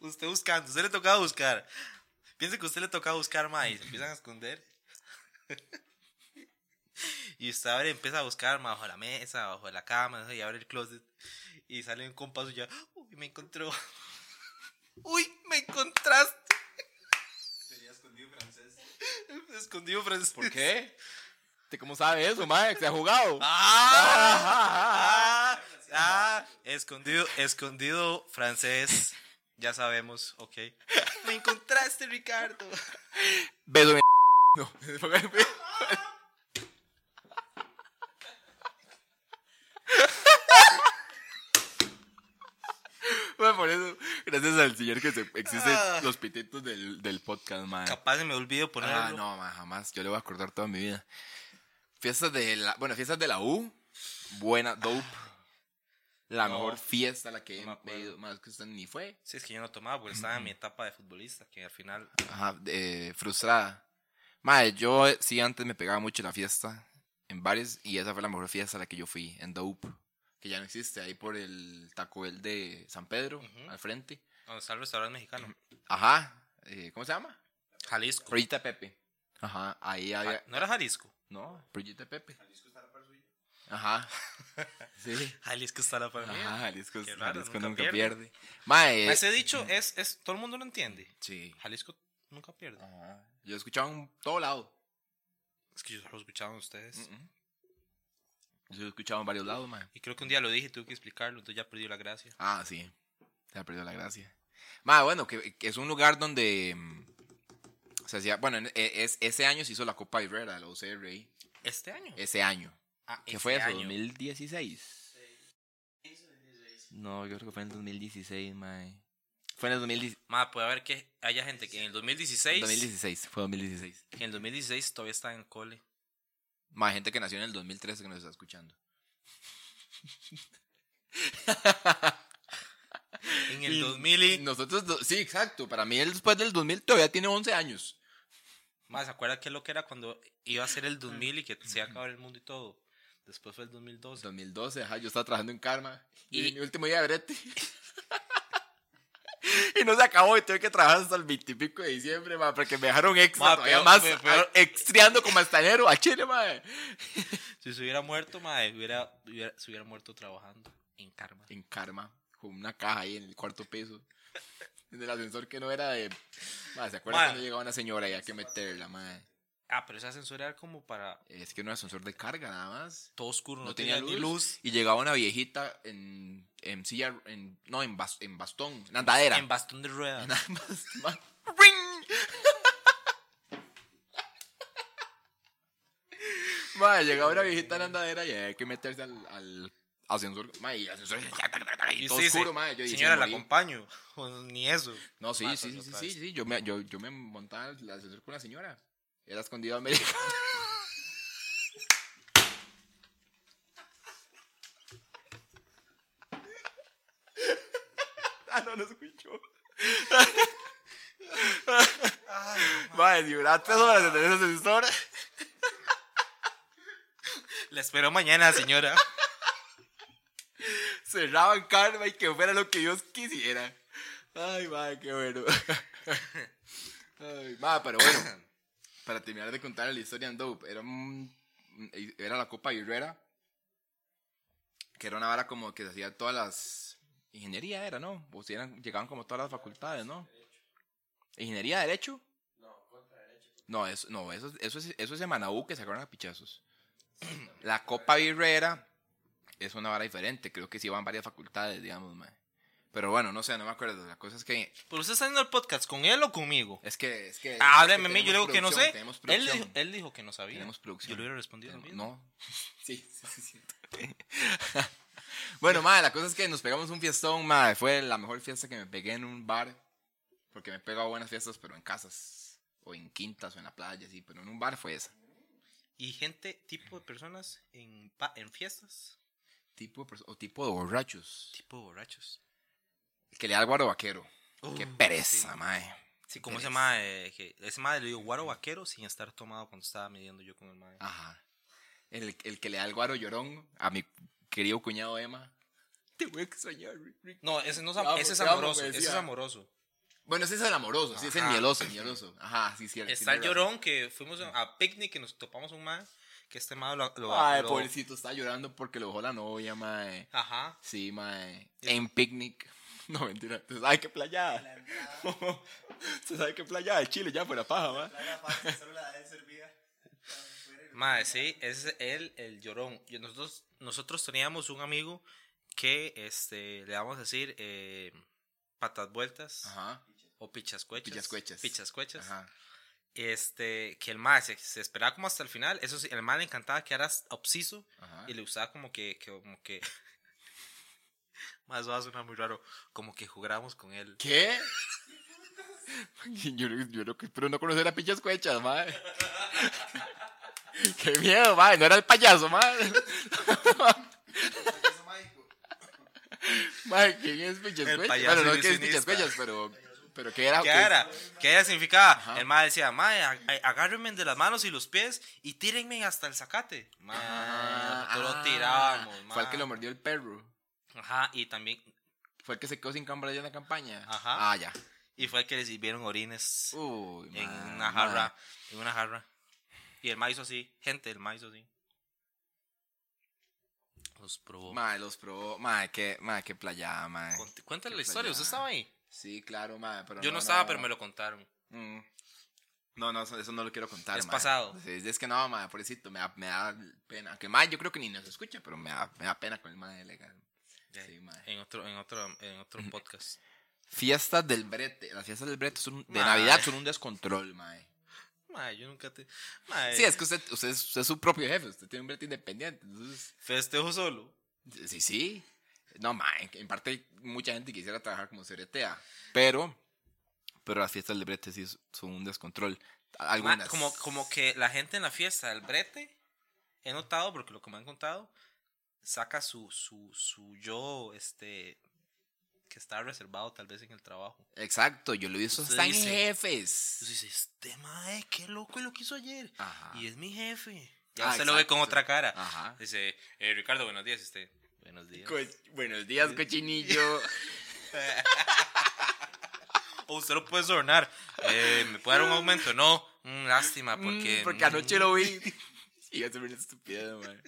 Speaker 1: usted buscando, usted le tocaba buscar. Piense que a usted le tocaba buscar más y se empiezan a esconder. *laughs* Y usted abre, empieza a buscar ma, bajo la mesa, bajo la cama, y abre el closet. Y sale un compa suyo, uy, me encontró. *laughs* Uy, me encontraste. Sería *laughs* escondido francés. Escondido francés.
Speaker 2: ¿Por qué? ¿Usted *laughs* cómo sabe eso, mae? ¿Se ha jugado?
Speaker 1: *laughs* ¡Ah!
Speaker 2: Ajá, ajá.
Speaker 1: Ah, ah, escondido, escondido francés. Ya sabemos, ok. Me encontraste, Ricardo.
Speaker 2: Beso en- *laughs* No, *laughs* Bueno, por eso, gracias al señor que se, existen
Speaker 1: Ah.
Speaker 2: los pititos del, del podcast, man.
Speaker 1: Capaz se me olvidó ponerlo.
Speaker 2: Ah, no, man, jamás. Yo le voy a acordar toda mi vida. Fiestas de la, bueno, fiestas de la U. Buena, dope. La
Speaker 1: No.
Speaker 2: mejor fiesta a la que
Speaker 1: No me
Speaker 2: he
Speaker 1: acuerdo.
Speaker 2: ido, más que usted ni fue.
Speaker 1: Sí, es que yo no tomaba porque estaba en mi etapa de futbolista, que al final...
Speaker 2: Ajá, de- frustrada. Madre, yo eh, sí antes me pegaba mucho la fiesta en bares y esa fue la mejor fiesta a la que yo fui, en Dope, que ya no existe, ahí por el Taco Bell de San Pedro,
Speaker 1: Ujú.
Speaker 2: al frente.
Speaker 1: Donde está el restaurante mexicano.
Speaker 2: Ajá, eh, ¿cómo se llama?
Speaker 1: Jalisco.
Speaker 2: Proyita Pepe. Ajá, ahí había...
Speaker 1: Ah, ¿No era Jalisco?
Speaker 2: No, Proyita Pepe.
Speaker 1: *laughs*
Speaker 2: Ajá. Sí.
Speaker 1: Jalisco está la
Speaker 2: Ajá, Eh,
Speaker 1: familia.
Speaker 2: Jalisco,
Speaker 1: Qué raro,
Speaker 2: Jalisco
Speaker 1: nunca
Speaker 2: nunca,
Speaker 1: pierde.
Speaker 2: pierde. Mae,
Speaker 1: Ah, Ese dicho
Speaker 2: mm.
Speaker 1: es, es... Todo el mundo lo entiende.
Speaker 2: sí.
Speaker 1: Jalisco nunca pierde.
Speaker 2: Ajá. Yo he escuchado en todo lado.
Speaker 1: Es que yo solo lo escuchaba de ustedes.
Speaker 2: Mm-mm. Yo he escuchado en varios lados, mae.
Speaker 1: Y creo que un día lo dije y tuve que explicarlo, entonces ya perdió la gracia.
Speaker 2: Ah, sí. Se ha perdido la gracia. Más bueno, que, que es un lugar donde mm, se hacía. Bueno, en- e- es, ese año se hizo la Copa Herrera de la UCR ahí.
Speaker 1: Este año.
Speaker 2: Ese año.
Speaker 1: Ah,
Speaker 2: Eh, ¿Qué
Speaker 1: este
Speaker 2: fue eso?
Speaker 1: año.
Speaker 2: ¿2016? No, yo creo que fue en el 2016, mae. Fue en el 2016.
Speaker 1: Ma, puede haber que haya gente que en el 2016,
Speaker 2: 2016, fue 2016.
Speaker 1: que en el 2016 todavía está en el cole.
Speaker 2: Más gente que nació en el 2013 que nos está escuchando.
Speaker 1: En el
Speaker 2: Y
Speaker 1: 2000 y...
Speaker 2: Nosotros, do- sí, exacto. Para mí, él después del 2000 todavía tiene 11 años.
Speaker 1: Ma, ¿se acuerda qué lo que era cuando iba a ser el 2000 y que se iba a acabar el mundo y todo? Después fue el 2012.
Speaker 2: 2012, ajá, yo estaba trabajando en Karma. Y,
Speaker 1: Y-
Speaker 2: mi último día de brete. *laughs* y no se acabó y tuve que trabajar hasta el 20 y pico de diciembre, ma, porque me dejaron extra.
Speaker 1: Ma,
Speaker 2: todavía
Speaker 1: peor,
Speaker 2: más
Speaker 1: peor, peor.
Speaker 2: extriando como hasta enero a Chile, ma.
Speaker 1: Si se hubiera muerto, ma, hubiera, hubiera- se hubiera muerto trabajando en karma.
Speaker 2: En Karma, con una caja ahí en el cuarto piso. En el ascensor que no era de. Ma, ¿se acuerdan
Speaker 1: Ma.
Speaker 2: cuando llegaba una señora y había que meterla, ma?
Speaker 1: Ah, pero esa censura era como para
Speaker 2: Es que no era sensor de carga nada más.
Speaker 1: todo oscuro,
Speaker 2: No,
Speaker 1: no,
Speaker 2: tenía, ni luz. Y llegaba una viejita en, en silla, en, no, en, bas- en bastón, en andadera.
Speaker 1: En bastón de ruedas.
Speaker 2: *laughs* Nada más. ma- Madre, llegaba una viejita en andadera y había que meterse al, al ascensor. Madre, y el ascensor. Y todo
Speaker 1: sí,
Speaker 2: oscuro,
Speaker 1: sí.
Speaker 2: madre. Yo dije,
Speaker 1: Señora, la
Speaker 2: morí.
Speaker 1: acompaño. *laughs* Ni eso.
Speaker 2: No, sí,
Speaker 1: Matas
Speaker 2: sí, sí, sí,
Speaker 1: otra
Speaker 2: sí,
Speaker 1: vez.
Speaker 2: sí, Yo me, yo, yo me montaba al ascensor con la señora. Era escondida a medio.
Speaker 1: *laughs*
Speaker 2: ah, no, no escuchó. *laughs* Madre, duraba tres horas en tener ese ascensor.
Speaker 1: La espero mañana,
Speaker 2: *laughs*
Speaker 1: señora.
Speaker 2: Cerraban karma y que fuera lo que Dios quisiera. Ay, madre, qué bueno. Ay, madre, pero bueno. para terminar de contar la historia en Dope, era, un- era la Copa Herrera, que era una vara como que se hacía todas las... Ingeniería era, ¿no? O si eran, llegaban como todas las facultades, ¿no? ¿Ingeniería, Derecho? No, eso, no, eso, eso, es, eso es de Manaú que sacaron a pichazos. La Copa Herrera es una vara diferente, creo que sí van varias facultades, digamos, mae. Pero bueno, no sé, no me acuerdo. La cosa es que...
Speaker 1: ¿Pero usted está haciendo el podcast con él o conmigo?
Speaker 2: Es que... Es que
Speaker 1: Ah,
Speaker 2: es
Speaker 1: Hábleme a mí, yo le digo
Speaker 2: tenemos
Speaker 1: que no
Speaker 2: producción,
Speaker 1: sé.
Speaker 2: tenemos
Speaker 1: Él
Speaker 2: producción.
Speaker 1: dijo, él dijo que no sabía.
Speaker 2: Tenemos producción.
Speaker 1: Yo le hubiera respondido lo
Speaker 2: Tenemos-
Speaker 1: mismo.
Speaker 2: No.
Speaker 1: *laughs*
Speaker 2: Sí, sí, sí, sí. bueno, madre, la cosa es que nos pegamos un fiestón, madre. Fue la mejor fiesta que me pegué en un bar. Porque me he pegado buenas fiestas, pero en casas. O en quintas, o en la playa, sí. Pero en un bar fue esa.
Speaker 1: Y gente, tipo de personas en, pa- en fiestas,
Speaker 2: Tipo de perso- o tipo de borrachos.
Speaker 1: tipo de borrachos.
Speaker 2: Que le da al guaro vaquero. Qué
Speaker 1: Uh,
Speaker 2: pereza,
Speaker 1: Sí,
Speaker 2: madre.
Speaker 1: Sí, como
Speaker 2: pereza.
Speaker 1: ese mae, eh, que ese mae le digo guaro vaquero sin estar tomado cuando estaba midiendo yo con el mae.
Speaker 2: Ajá. El, el que le da al guaro llorón a mi querido cuñado Emma. Te voy a extrañar, Rick.
Speaker 1: No, ese, no es,
Speaker 2: Te amo,
Speaker 1: am- ese es
Speaker 2: te amo,
Speaker 1: amoroso,
Speaker 2: me
Speaker 1: ese es
Speaker 2: Ah, decía.
Speaker 1: amoroso.
Speaker 2: Bueno, ese es el amoroso, sí, es el
Speaker 1: Ajá.
Speaker 2: mieloso, el mieloso. Ajá, sí, sí.
Speaker 1: Está el
Speaker 2: tiene razón.
Speaker 1: llorón que fuimos a-
Speaker 2: Mm.
Speaker 1: a picnic y nos topamos un mae, que este mae lo... lo-
Speaker 2: Ay,
Speaker 1: lo-
Speaker 2: Ah, pobrecito, está llorando porque lo dejó la novia, mae.
Speaker 1: Ajá.
Speaker 2: Sí, mae.
Speaker 1: Y-
Speaker 2: En picnic. *laughs* No, mentira. ¿Usted sabe qué *laughs* playa? ¿Usted sabe qué playa? De Chile, ya fuera paja, mae.
Speaker 1: Mae, sí, ese es él, el llorón. Y nosotros, nosotros teníamos un amigo que, este, le vamos a decir, eh, patas vueltas
Speaker 2: Ajá.
Speaker 1: o pichascuechas.
Speaker 2: Pichascuechas.
Speaker 1: Pichascuechas.
Speaker 2: Ajá.
Speaker 1: Este, que el mae se, se esperaba como hasta el final. Eso sí, el mae le encantaba que era obsiso
Speaker 2: Ajá.
Speaker 1: y le gustaba como que, que- como que... *laughs* Más va a sonar muy raro, como que jugáramos con él.
Speaker 2: ¿Qué? *laughs* Yo, yo no- espero no conocer a pinches cuechas, mae. *laughs* Qué miedo, mae. No era el payaso, mae. *laughs* Mae, ¿quién es pinches
Speaker 1: El
Speaker 2: cuechas?
Speaker 1: payaso
Speaker 2: Bueno, no es que es pinches
Speaker 1: ilusionista.
Speaker 2: cuechas, pero. Pero que era.
Speaker 1: ¿Qué
Speaker 2: que-
Speaker 1: era? ¿Qué era significaba?
Speaker 2: Ah, Ajá.
Speaker 1: El mae decía, mae, ag- ag- agárrenme de las manos y los pies y tírenme hasta el zacate. Mae,
Speaker 2: Ah,
Speaker 1: nosotros
Speaker 2: ah,
Speaker 1: lo tirábamos, mae.
Speaker 2: Fue el que lo mordió el perro.
Speaker 1: Ajá, y también,
Speaker 2: Fue el que se quedó sin cámara ya en la campaña.
Speaker 1: Ajá.
Speaker 2: Ah, ya.
Speaker 1: y fue el que le sirvieron orines
Speaker 2: Uy,
Speaker 1: en
Speaker 2: ma,
Speaker 1: una
Speaker 2: ma.
Speaker 1: jarra, en una jarra. Y el mae hizo así, gente, el mae hizo así. Los probó.
Speaker 2: Ma, los probó. Ma, qué, ma, qué playada, ma.
Speaker 1: Cont- Cuéntale
Speaker 2: qué
Speaker 1: la historia, ¿usted estaba
Speaker 2: playada.
Speaker 1: ahí?
Speaker 2: Sí, claro, ma. Pero
Speaker 1: Yo no, estaba, pero me lo contaron.
Speaker 2: Mm. No, no, eso, eso no lo quiero contar.
Speaker 1: Es
Speaker 2: ma.
Speaker 1: pasado.
Speaker 2: Sí, es que no, ma, pobrecito, me da, me da pena. Que ma, yo creo que ni nos escucha, pero me da, me da pena con el ma de legal. Sí, ma.
Speaker 1: En otro, en otro, en
Speaker 2: *laughs*
Speaker 1: otro podcast.
Speaker 2: Fiestas del brete. Las fiestas del brete son un- de
Speaker 1: Ma.
Speaker 2: Navidad son un descontrol, ma. eh.
Speaker 1: Mae, yo nunca te... Mae,
Speaker 2: Sí, es que usted, usted, es, usted es su propio jefe, usted tiene un brete independiente. Entonces,
Speaker 1: festejo solo.
Speaker 2: Sí, sí. No, ma, en, en parte mucha gente quisiera trabajar como ceretea, pero, pero las fiestas del brete sí es- son un descontrol. A-
Speaker 1: Ma-
Speaker 2: Algunas.
Speaker 1: como, como que la gente en la fiesta del brete, he notado, porque lo que me han contado, saca su, su, su yo, este, que está reservado tal vez en el trabajo.
Speaker 2: Exacto, yo lo he visto
Speaker 1: Usted
Speaker 2: hasta en
Speaker 1: dice-
Speaker 2: jefes.
Speaker 1: Entonces dice, este mae, qué loco lo que hizo ayer.
Speaker 2: Ajá.
Speaker 1: Y es mi jefe. Ya
Speaker 2: Ah,
Speaker 1: usted lo ve con
Speaker 2: exacto. Ah.
Speaker 1: otra cara.
Speaker 2: Ajá.
Speaker 1: Dice, "Eh, Ricardo, buenos días, este. Buenos días.
Speaker 2: Co- Buenos días,
Speaker 1: *laughs*
Speaker 2: cochinillo.
Speaker 1: O usted lo puede sobornar. "Eh, ¿Me puede dar un aumento? No. "Mm, lástima, porque.
Speaker 2: Mm, porque
Speaker 1: mm,
Speaker 2: anoche
Speaker 1: *laughs*
Speaker 2: lo vi. Y yo se me estupidez, man.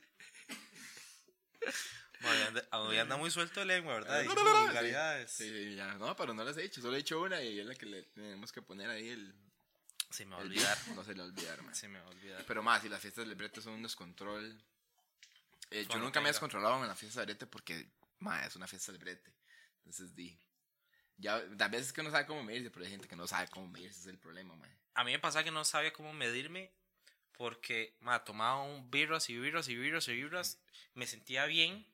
Speaker 1: Hoy anda, hoy anda muy suelto de lengua, ¿verdad?
Speaker 2: Sí,
Speaker 1: Diciendo vulgaridades.
Speaker 2: sí, sí, ya. No, pero no las he hecho, solo he hecho una y es la que le tenemos que poner ahí el,
Speaker 1: Se me va a olvidar.
Speaker 2: No se le va a olvidar, mae.
Speaker 1: se me va a olvidar.
Speaker 2: Pero más, si las fiestas del brete son un descontrol. Eh, yo
Speaker 1: Suave,
Speaker 2: nunca me he
Speaker 1: pega.
Speaker 2: descontrolado en la fiesta del brete porque, ma, es una fiesta del brete. Entonces di. Ya, tal vez es que no sabe cómo medirse, pero hay gente que no sabe cómo medirse, ese es el problema, ma.
Speaker 1: A mí me pasaba que no sabía cómo medirme porque me tomaba un birras y birras y birras y birras. Me sentía bien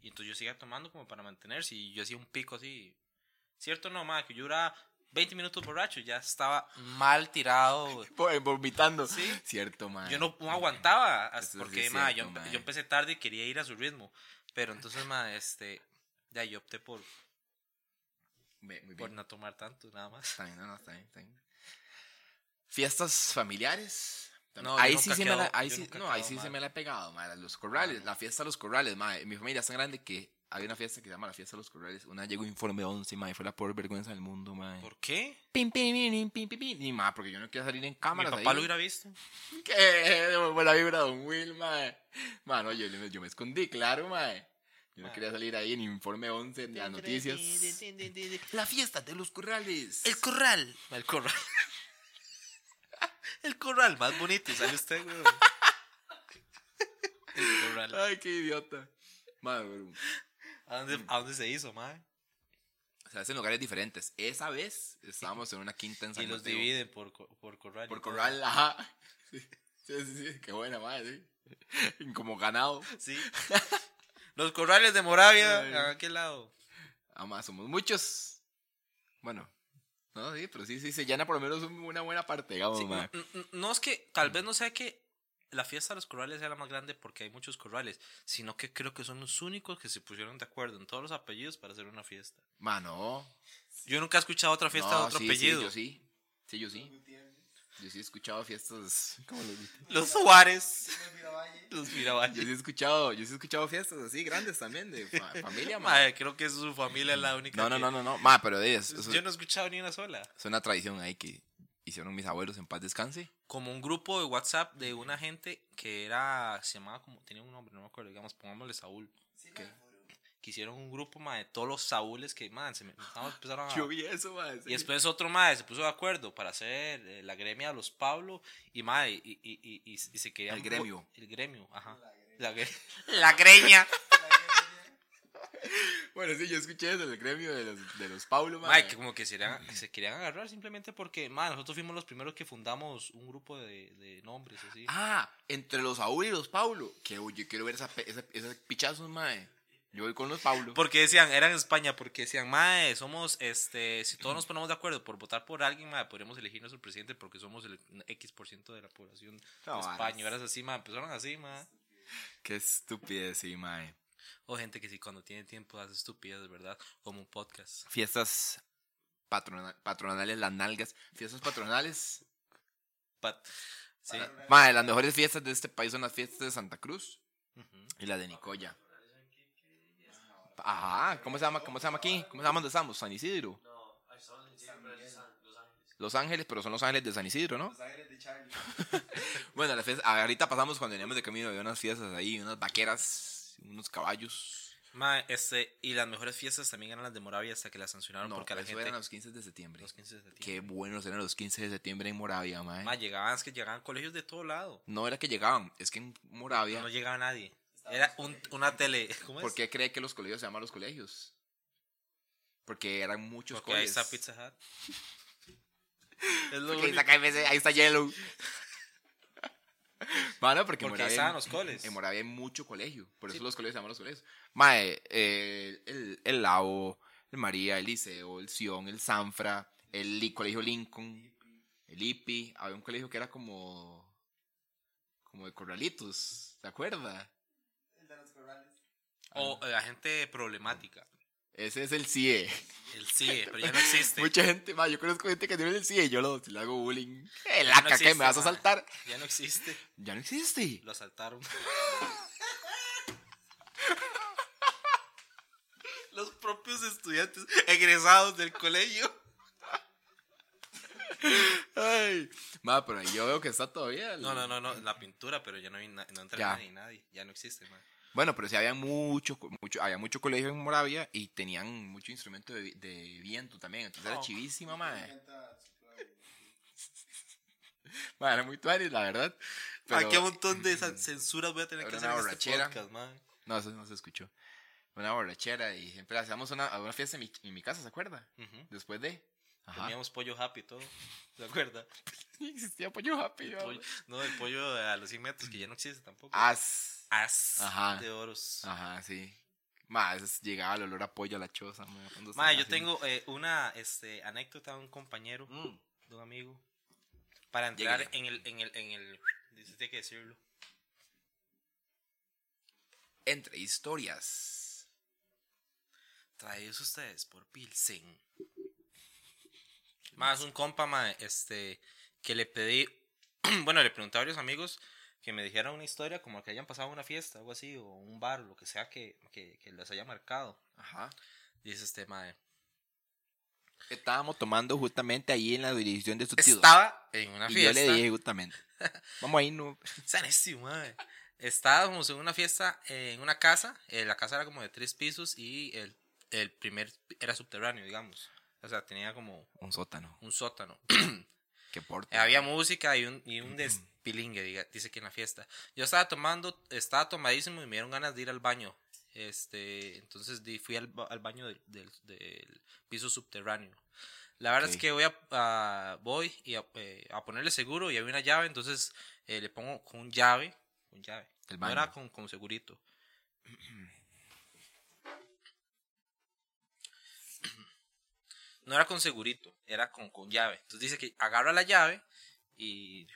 Speaker 1: y entonces yo seguía tomando como para mantenerse y yo hacía un pico así. ¿Cierto o no, ma? Que yo duraba 20 minutos borracho y ya estaba mal tirado.
Speaker 2: Por- Vomitando.
Speaker 1: Sí.
Speaker 2: Cierto, ma.
Speaker 1: Yo no, no aguantaba
Speaker 2: Eso sí
Speaker 1: as-
Speaker 2: es
Speaker 1: porque, ma, yo,
Speaker 2: cierto,
Speaker 1: empe-
Speaker 2: ma.
Speaker 1: yo empecé tarde y quería ir a su ritmo. Pero entonces, ma, este, ya yo opté por,
Speaker 2: Ve, muy
Speaker 1: por
Speaker 2: bien.
Speaker 1: no tomar tanto, nada más.
Speaker 2: Está bien, no, no, está bien, está bien. Fiestas familiares.
Speaker 1: No, yo
Speaker 2: ahí sí,
Speaker 1: nunca
Speaker 2: se me, la,
Speaker 1: quedo-
Speaker 2: ahí
Speaker 1: yo
Speaker 2: sí,
Speaker 1: nunca
Speaker 2: no, ahí
Speaker 1: quedo
Speaker 2: sí se
Speaker 1: mal.
Speaker 2: me la he pegado, ma, Los corrales,
Speaker 1: Ah, no.
Speaker 2: la fiesta de los corrales, ma. Mi familia es tan grande que había una fiesta que se llama la fiesta de los corrales. Una llegó informe 11, ma, y fue la peor vergüenza del mundo, ma.
Speaker 1: ¿Por qué?
Speaker 2: Pim, pim, pim, pim, pim, pim. Y, ma, porque yo no quiero salir en
Speaker 1: Mi
Speaker 2: cámara.
Speaker 1: papá lo hubiera visto.
Speaker 2: ¿Qué? Buena vibra, don Will, mae. Mano, yo, yo me escondí, claro, mae. Yo no
Speaker 1: Ah.
Speaker 2: quería salir ahí en Informe 11, en las noticias. La fiesta de los corrales.
Speaker 1: El corral. El corral. *laughs* El corral más bonito, sale usted, güey. El corral.
Speaker 2: Ay, qué idiota. Mae, pero
Speaker 1: ¿A dónde, a dónde se hizo, mae?
Speaker 2: se hacen lugares diferentes. Esa vez estábamos en una quinta en San
Speaker 1: Y los
Speaker 2: Mateo.
Speaker 1: dividen por, co- por corral. y
Speaker 2: Por
Speaker 1: todo.
Speaker 2: corral, ajá. Sí, sí, sí, sí, qué buena, mae, sí. Como ganado.
Speaker 1: Sí. *laughs* Los corrales de Moravia,
Speaker 2: Ay.
Speaker 1: ¿a qué lado?
Speaker 2: Además, somos muchos. Bueno, no, sí, pero sí, sí, se llena por lo menos un- una buena parte, digamos,
Speaker 1: Sí,
Speaker 2: mae.
Speaker 1: n- n- no es que, tal vez no sea que la fiesta de los corrales sea la más grande porque hay muchos corrales, sino que creo que son los únicos que se pusieron de acuerdo en todos los apellidos para hacer una fiesta.
Speaker 2: Mano,
Speaker 1: Yo nunca he escuchado otra fiesta de
Speaker 2: No,
Speaker 1: otro
Speaker 2: sí,
Speaker 1: apellido.
Speaker 2: Sí, yo sí. Sí, yo sí. Yo sí he escuchado fiestas. ¿Cómo lo dijiste?
Speaker 1: Los Suárez. Los
Speaker 2: Yo
Speaker 1: Miravalles.
Speaker 2: sí he escuchado, yo sí he escuchado fiestas así grandes también de
Speaker 1: *laughs*
Speaker 2: fa- familia, ma.
Speaker 1: Madre, creo que su familia es la única.
Speaker 2: No, no,
Speaker 1: que-
Speaker 2: no, no, no. Ma, pero de eso, eso
Speaker 1: Yo no he escuchado ni una sola.
Speaker 2: es una tradición ahí que hicieron mis abuelos en paz descanse.
Speaker 1: Como un grupo de WhatsApp de una gente que era. Se llamaba como. Tenía un nombre, no me acuerdo. Digamos, pongámosle Saúl. que, que hicieron un grupo, madre, de todos los Saúles que, madre, se me estaban- empezaron a.
Speaker 2: vi eso, ma. sí.
Speaker 1: Y después otro madre se puso de acuerdo para hacer eh, la gremia de los Pablo y madre, y, y, y, y- y se querían.
Speaker 2: El gremio.
Speaker 1: El gremio, ajá. La, gre- *laughs* la greña.
Speaker 2: Bueno, sí, yo escuché eso del gremio de los, de los Paulo, ma.
Speaker 1: Mae, que como que se, querían- que se querían agarrar simplemente porque, mae, nosotros fuimos los primeros que fundamos un grupo de, de nombres así.
Speaker 2: Ah, entre los Saúl y los Paulo. Que uy, yo quiero ver esa, pe- esa, esas pichazos, ma. eh. Yo voy con los Paulo.
Speaker 1: Porque decían, eran en España, porque decían, mae, somos, este, si todos nos ponemos de acuerdo por votar por alguien, mae, podríamos elegir nuestro presidente porque somos el X% de la población
Speaker 2: No, varas.
Speaker 1: española. Eras así, mae, empezaron así, mae.
Speaker 2: Qué estupidez, sí, ma. eh.
Speaker 1: O gente que sí, cuando tiene tiempo hace estupidez, ¿verdad? Como un podcast.
Speaker 2: fiestas patrona- patronales, las nalgas, fiestas patronales.
Speaker 1: Pat- sí.
Speaker 2: Madre, las mejores fiestas de este país son las fiestas de Santa Cruz
Speaker 1: Ujú.
Speaker 2: y las de Nicoya. Ajá, ¿cómo se llama? ¿Cómo se llama aquí? ¿Cómo se llama donde estamos? San Isidro. Los Ángeles, pero son Los Ángeles de San Isidro, ¿no? *laughs* bueno, las fiestas, ahorita pasamos cuando veníamos de camino, había unas fiestas ahí, unas vaqueras, unos caballos.
Speaker 1: Mae, este, y las mejores fiestas también eran las de Moravia hasta que las sancionaron
Speaker 2: No,
Speaker 1: porque a la
Speaker 2: eso
Speaker 1: gente...
Speaker 2: eran los 15 de septiembre.
Speaker 1: los 15 de septiembre.
Speaker 2: Qué buenos eran los 15 de septiembre en Moravia, madre.
Speaker 1: Más llegaban, es que llegaban colegios de todo lado.
Speaker 2: No era que llegaban, es que en Moravia.
Speaker 1: No llegaba nadie. Era un- una tele. *laughs* ¿Cómo es?
Speaker 2: ¿Por qué cree que los colegios se llaman los colegios? Porque eran muchos
Speaker 1: Porque ahí
Speaker 2: colegios.
Speaker 1: está Pizza Hut. Es lo
Speaker 2: Porque ahí está
Speaker 1: único.
Speaker 2: KFC, ahí está Yellow. *laughs* Mano, porque, en
Speaker 1: Porque ahí
Speaker 2: Moravia-
Speaker 1: estaban los coles.
Speaker 2: en Moravia hay mucho colegio. Por eso
Speaker 1: Sí.
Speaker 2: los colegios se llaman los colegios. Mae, eh, el, el Lao, el María, el Liceo, el Sion, el Sanfra, el Li- Colegio Lincoln, el IPI. Había un colegio que era como. como de corralitos. ¿Se acuerda? Oh.
Speaker 1: O eh, la gente problemática.
Speaker 2: Ese es el CIE.
Speaker 1: El CIE, pero ya no existe.
Speaker 2: Mucha gente, ma, yo conozco gente que tiene el CIE y yo lo, le hago bullying. El
Speaker 1: Ya no
Speaker 2: aca que
Speaker 1: existe,
Speaker 2: me vas a
Speaker 1: ma.
Speaker 2: saltar.
Speaker 1: Ya no existe.
Speaker 2: Ya no existe.
Speaker 1: Lo asaltaron. *laughs* Los propios estudiantes egresados del colegio.
Speaker 2: Ay. Ma, pero ahí yo veo que está todavía. el-
Speaker 1: No, no, no, no. La pintura, pero ya no, hay na- no entra
Speaker 2: Ya.
Speaker 1: ni nadie. Ya no existe, man.
Speaker 2: Bueno, pero sí había mucho, co- mucho, había mucho colegio en Moravia y tenían mucho instrumento de, vi- de viento también. Entonces
Speaker 1: Oh.
Speaker 2: era chivísima, madre. Mae, era muy tuanis, la verdad. Pero,
Speaker 1: ah, qué montón de esas censuras voy a tener que
Speaker 2: Era
Speaker 1: hacer
Speaker 2: una
Speaker 1: en este
Speaker 2: borrachera.
Speaker 1: podcast, mae.
Speaker 2: No, eso no se escuchó. Una borrachera y siempre hacíamos una, a una fiesta en mi, en mi casa, ¿se acuerda?
Speaker 1: Ujú.
Speaker 2: Después de... Ajá.
Speaker 1: Teníamos pollo happy y todo. ¿Se acuerda?
Speaker 2: *laughs* Existía pollo happy.
Speaker 1: Pollo- no, el pollo a los 100 metros, que ya no existe tampoco.
Speaker 2: As.
Speaker 1: As
Speaker 2: Ajá. Ah,
Speaker 1: de oros.
Speaker 2: Ajá, sí. Más llegaba el olor a pollo a la choza. mae, cuando
Speaker 1: Mae,
Speaker 2: estaba
Speaker 1: yo
Speaker 2: así.
Speaker 1: tengo eh, una este, anécdota de un compañero,
Speaker 2: Mm.
Speaker 1: de un amigo, para entrar
Speaker 2: Lléguele.
Speaker 1: en el, en el, en el, dice, tiene que decirlo.
Speaker 2: Entre historias.
Speaker 1: Traídos ustedes por Pilsen. Más un compa, mae, este, que le pedí, *clears throat* bueno, le pregunté a varios amigos que me dijeran una historia como que hayan pasado una fiesta, algo así, o un bar, lo que sea que, que, que les haya marcado.
Speaker 2: Ajá.
Speaker 1: Dice este mae.
Speaker 2: Estábamos tomando justamente ahí en la dirección de su tío.
Speaker 1: Estaba en una
Speaker 2: y
Speaker 1: fiesta.
Speaker 2: yo le dije *laughs* justamente. Vamos ahí, no.
Speaker 1: San Esti, mae. Estábamos en una fiesta eh, en una casa. eh, la casa era como de tres pisos y el, el primer era subterráneo, digamos. O sea, tenía como
Speaker 2: Un sótano.
Speaker 1: un sótano.
Speaker 2: Que porte.
Speaker 1: Había música y un, y un despilingue, diga- dice que en la fiesta. Yo estaba tomando, estaba tomadísimo y me dieron ganas de ir al baño. Este, entonces di- fui al, ba- al baño del, del- del piso subterráneo. La verdad
Speaker 2: Ok.
Speaker 1: es que voy a, a- voy y a, eh, a ponerle seguro y había una llave, entonces eh, le pongo con llave, con llave.
Speaker 2: El
Speaker 1: No
Speaker 2: baño.
Speaker 1: era con, con segurito. *clears throat* No era con segurito, era con, con llave. Entonces dice que agarra la llave y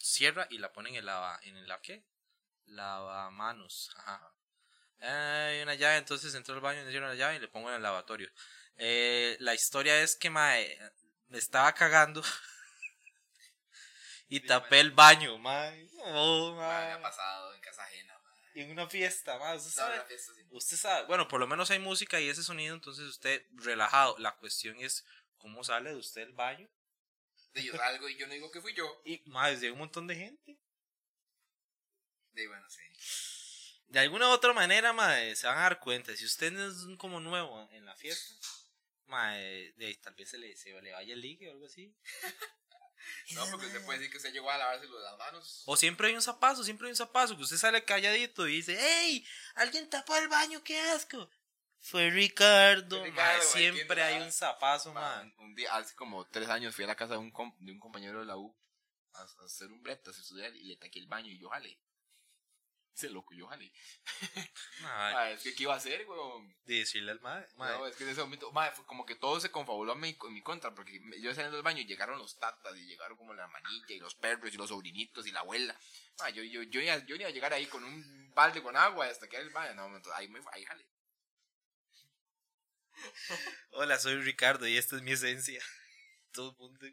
Speaker 1: cierra y la pone en el lava. ¿En el la qué? Lavamanos. Ajá. Hay una llave, entonces entró al baño, cierro la llave y le pongo en el lavatorio. Eh, la historia es que mae, me estaba cagando *laughs* y tapé el baño, mae. Oh, mae.
Speaker 2: pasado en casa ajena.
Speaker 1: En una fiesta, mae. Usted
Speaker 2: No,
Speaker 1: sabe,
Speaker 2: la fiesta sí.
Speaker 1: usted sabe. Bueno, por lo menos hay música y ese sonido, entonces usted relajado. La cuestión es cómo sale de usted el baño.
Speaker 2: De yo salgo y yo no digo que fui yo.
Speaker 1: Y más de un montón de gente.
Speaker 2: De bueno, sí.
Speaker 1: De alguna u otra manera, mae, se van a dar cuenta. Si usted es un como nuevo en la fiesta, mae, de- tal vez se le, se le vaya el ligue o algo así.
Speaker 2: *laughs* No, porque usted puede decir que usted llegó a lavarse las manos.
Speaker 1: O siempre hay un zapazo, siempre hay un zapazo, que usted sale calladito y dice, ¡Ey! Alguien tapó el baño, qué asco. Fue Ricardo,
Speaker 2: Fue Ricardo,
Speaker 1: mae,
Speaker 2: mae, ¿quién
Speaker 1: siempre
Speaker 2: lo
Speaker 1: hay
Speaker 2: hará?
Speaker 1: un zapazo,
Speaker 2: Ma,
Speaker 1: mae.
Speaker 2: un día, hace como tres años fui a la casa de un, com- de un compañero de la U a, a hacer un brete, a estudiar y le taqué el baño y yo jale. Ese loco, yo jale.
Speaker 1: Mae,
Speaker 2: Ma, es que ¿qué iba a hacer, weón?
Speaker 1: Decirle al mae, mae.
Speaker 2: No, es que en ese momento, ma, fue como que todo se confabuló en mi, en mi contra, porque me- yo saliendo del baño y llegaron los tatas y llegaron como la manilla y los perros y los sobrinitos y la abuela. Ma, yo, yo, yo, iba, yo iba a llegar ahí con un balde con agua hasta que el baño. No, entonces, ahí, me, ahí jale.
Speaker 1: Hola, soy Ricardo y esta es mi esencia. *laughs* Todo el mundo.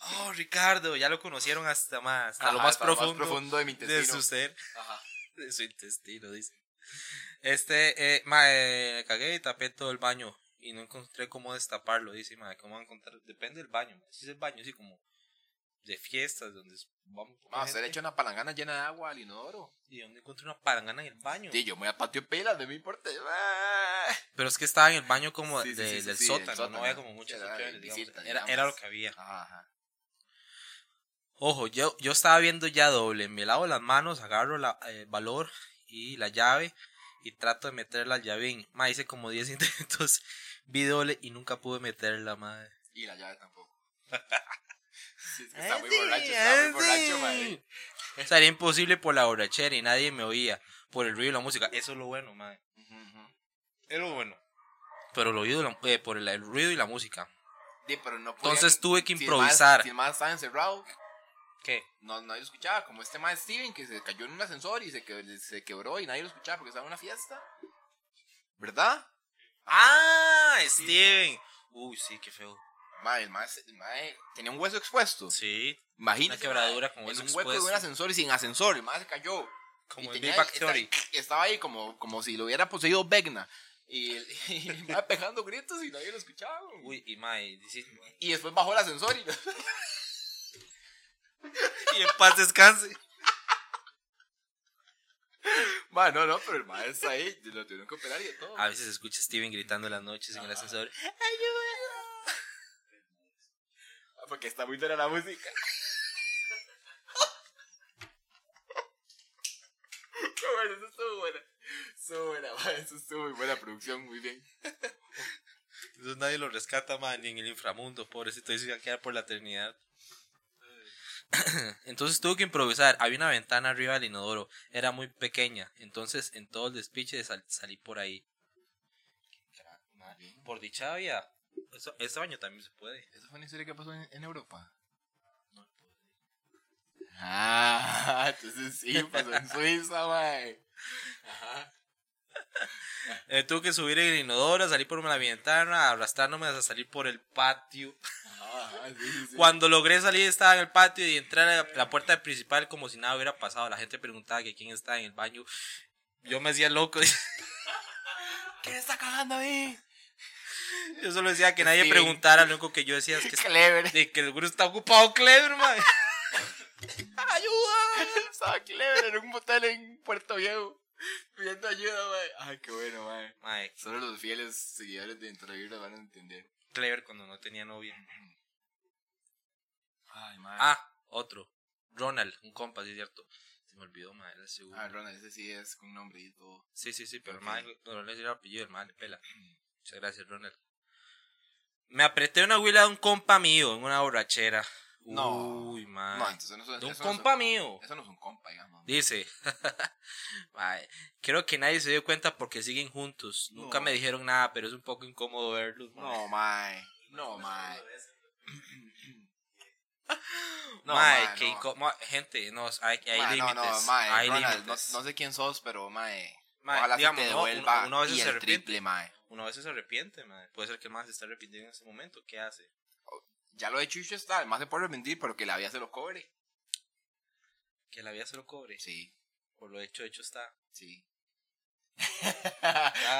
Speaker 1: Oh, Ricardo, ya lo conocieron hasta más, hasta lo
Speaker 2: Ajá,
Speaker 1: más
Speaker 2: hasta
Speaker 1: profundo,
Speaker 2: profundo de mi
Speaker 1: de
Speaker 2: intestino.
Speaker 1: su ser,
Speaker 2: Ajá.
Speaker 1: de su intestino, dice. Este, eh, mae, cagué y tapé todo el baño y no encontré cómo destaparlo, dice, mae, cómo va a encontrar, depende del baño, mae. si es el baño así como de fiestas donde es- vamos
Speaker 2: Ma, se le echa una palangana llena de agua al inodoro.
Speaker 1: y donde encontré una palangana en el baño.
Speaker 2: Sí, yo me voy al patio pelas, no me importa.
Speaker 1: Pero es que estaba en el baño como
Speaker 2: Sí, sí,
Speaker 1: de-
Speaker 2: sí, sí,
Speaker 1: del
Speaker 2: sí, del
Speaker 1: sótano, no
Speaker 2: sótano.
Speaker 1: había como muchas
Speaker 2: Era
Speaker 1: opciones,
Speaker 2: el
Speaker 1: digamos.
Speaker 2: visita,
Speaker 1: Era- era
Speaker 2: digamos.
Speaker 1: lo que había.
Speaker 2: Ajá, ajá.
Speaker 1: Ojo, yo, yo estaba viendo ya doble. Me lavo las manos, agarro la, eh, valor y la llave y trato de meterla al llavín. Ma, hice como 10 *laughs* intentos, vi doble y nunca pude meterla, madre.
Speaker 2: Y la llave tampoco. *laughs* Sí, es que está muy borracho,
Speaker 1: Ah,
Speaker 2: está muy
Speaker 1: sí,
Speaker 2: borracho,
Speaker 1: ah,
Speaker 2: madre.
Speaker 1: sí. O sea, era imposible por la borrachera y nadie me oía por el ruido de la música. Eso es lo bueno, madre.
Speaker 2: Ujú, ujú.
Speaker 1: Es lo bueno. Pero el oído, la- eh, por el, el ruido y la música.
Speaker 2: Sí, pero no
Speaker 1: Entonces tuve que
Speaker 2: si el
Speaker 1: improvisar.
Speaker 2: mae- Si el más estaba encerrado,
Speaker 1: ¿Qué?
Speaker 2: no, nadie lo escuchaba. Como este más Steven que se cayó en un ascensor y se, que- se quebró y nadie lo escuchaba porque estaba en una fiesta. ¿Verdad?
Speaker 1: ¡Ah! Steven. Uy, sí, qué feo.
Speaker 2: Madre, el más el mae tenía un hueso expuesto.
Speaker 1: Sí,
Speaker 2: Imagínate.
Speaker 1: Una quebradura
Speaker 2: mae,
Speaker 1: con
Speaker 2: en
Speaker 1: hueso
Speaker 2: un hueco de
Speaker 1: expuesto.
Speaker 2: un ascensor y sin ascensor. El más se cayó.
Speaker 1: como
Speaker 2: Y
Speaker 1: en
Speaker 2: tenía-
Speaker 1: Big Bang
Speaker 2: estaba-
Speaker 1: Theory.
Speaker 2: *laughs* Estaba ahí como, como si lo hubiera poseído Vecna. Y, *laughs* y, y va pegando gritos y nadie lo escuchaba. güey.
Speaker 1: Uy, y mae, dice-
Speaker 2: Y después bajó el ascensor y
Speaker 1: *laughs*
Speaker 2: *laughs*
Speaker 1: y en paz descanse.
Speaker 2: Ma, no, no, pero el maestro ahí lo tuvieron que operar y de
Speaker 1: *laughs*
Speaker 2: todo.
Speaker 1: A veces se Ah. escucha a Steven gritando en las noches en el ascensor.
Speaker 2: Porque está muy dura la *laughs* música. bueno, eso estuvo buena. Estuvo buena, *laughs* ma, Eso estuvo muy buena producción, muy bien.
Speaker 1: Entonces nadie lo rescata, man, ni en el inframundo, pobrecito, y se va a quedar por la eternidad. *coughs* Entonces tuvo que improvisar. Había una ventana arriba del inodoro, era muy pequeña. Entonces, en todo el despiche sal- salí por ahí. Por dicha había. Eso, ese baño también se puede.
Speaker 2: ¿Esa fue una historia que pasó en, en Europa? Ah, *laughs* entonces sí, pasó en Suiza, mae. Ajá.
Speaker 1: Eh, tuve que subir el inodoro, salir por la ventana, arrastrándome hasta salir por el patio.
Speaker 2: Ajá, ajá, Ah, sí, sí, sí.
Speaker 1: Cuando logré salir estaba en el patio y entré a la, la puerta principal como si nada hubiera pasado. La gente preguntaba que quién estaba en el baño. Yo me hacía loco. *laughs*
Speaker 2: ¿Quién está cagando ahí?
Speaker 1: Yo solo decía que nadie
Speaker 2: Sí.
Speaker 1: preguntara. Lo único que yo decía es que,
Speaker 2: Clever.
Speaker 1: de que el gurú está ocupado, Clever, man. ¡Ayuda!
Speaker 2: Estaba Clever en un motel en Puerto Viejo. Pidiendo ayuda, mae. Ay, qué bueno, mae.
Speaker 1: Mae,
Speaker 2: Solo los fieles seguidores de Entrevibra van a entender.
Speaker 1: Clever cuando no tenía novia.
Speaker 2: Ay, mae. Ah,
Speaker 1: Ah, otro. Ronald, un compa, sí es cierto. Se me olvidó, mae, era ese uno.
Speaker 2: Ronald, ah, ese sí es con nombre y todo.
Speaker 1: Sí, sí, sí, pero
Speaker 2: Ok.
Speaker 1: el mae, no le el apellido, el mae le pela. Muchas gracias, Ronald. Me apreté una huila de un compa mío en una borrachera.
Speaker 2: No.
Speaker 1: Uy, mae.
Speaker 2: No, entonces no son,
Speaker 1: Ah. de un
Speaker 2: eso no son-
Speaker 1: compa mío.
Speaker 2: Eso no es un compa, digamos.
Speaker 1: Dice. *laughs* Mae, creo que nadie se dio cuenta porque siguen juntos.
Speaker 2: No.
Speaker 1: Nunca me dijeron nada, pero es un poco incómodo verlos. mae.
Speaker 2: No, mae. No, mae.
Speaker 1: *clears throat*
Speaker 2: No,
Speaker 1: mae,
Speaker 2: mae,
Speaker 1: qué
Speaker 2: no.
Speaker 1: incó- mae, gente, no, hay, hay
Speaker 2: Mae,
Speaker 1: límites.
Speaker 2: no, no, mae.
Speaker 1: hay
Speaker 2: Ronald, no,
Speaker 1: límites.
Speaker 2: no sé quién sos, pero mae.
Speaker 1: Mae,
Speaker 2: ojalá
Speaker 1: digamos,
Speaker 2: se te
Speaker 1: no, uno-
Speaker 2: devuelva
Speaker 1: uno a veces
Speaker 2: y
Speaker 1: se
Speaker 2: el
Speaker 1: arrepiente.
Speaker 2: triple, mae.
Speaker 1: Uno a veces se arrepiente, mae. puede ser que el mae se está arrepintiendo en ese momento. ¿Qué hace?
Speaker 2: Ya lo de Chucho está, el mae se puede arrepentir, pero que la vida se lo cobre.
Speaker 1: Que la vida se lo cobre.
Speaker 2: Sí,
Speaker 1: Por lo hecho, hecho está.
Speaker 2: sí.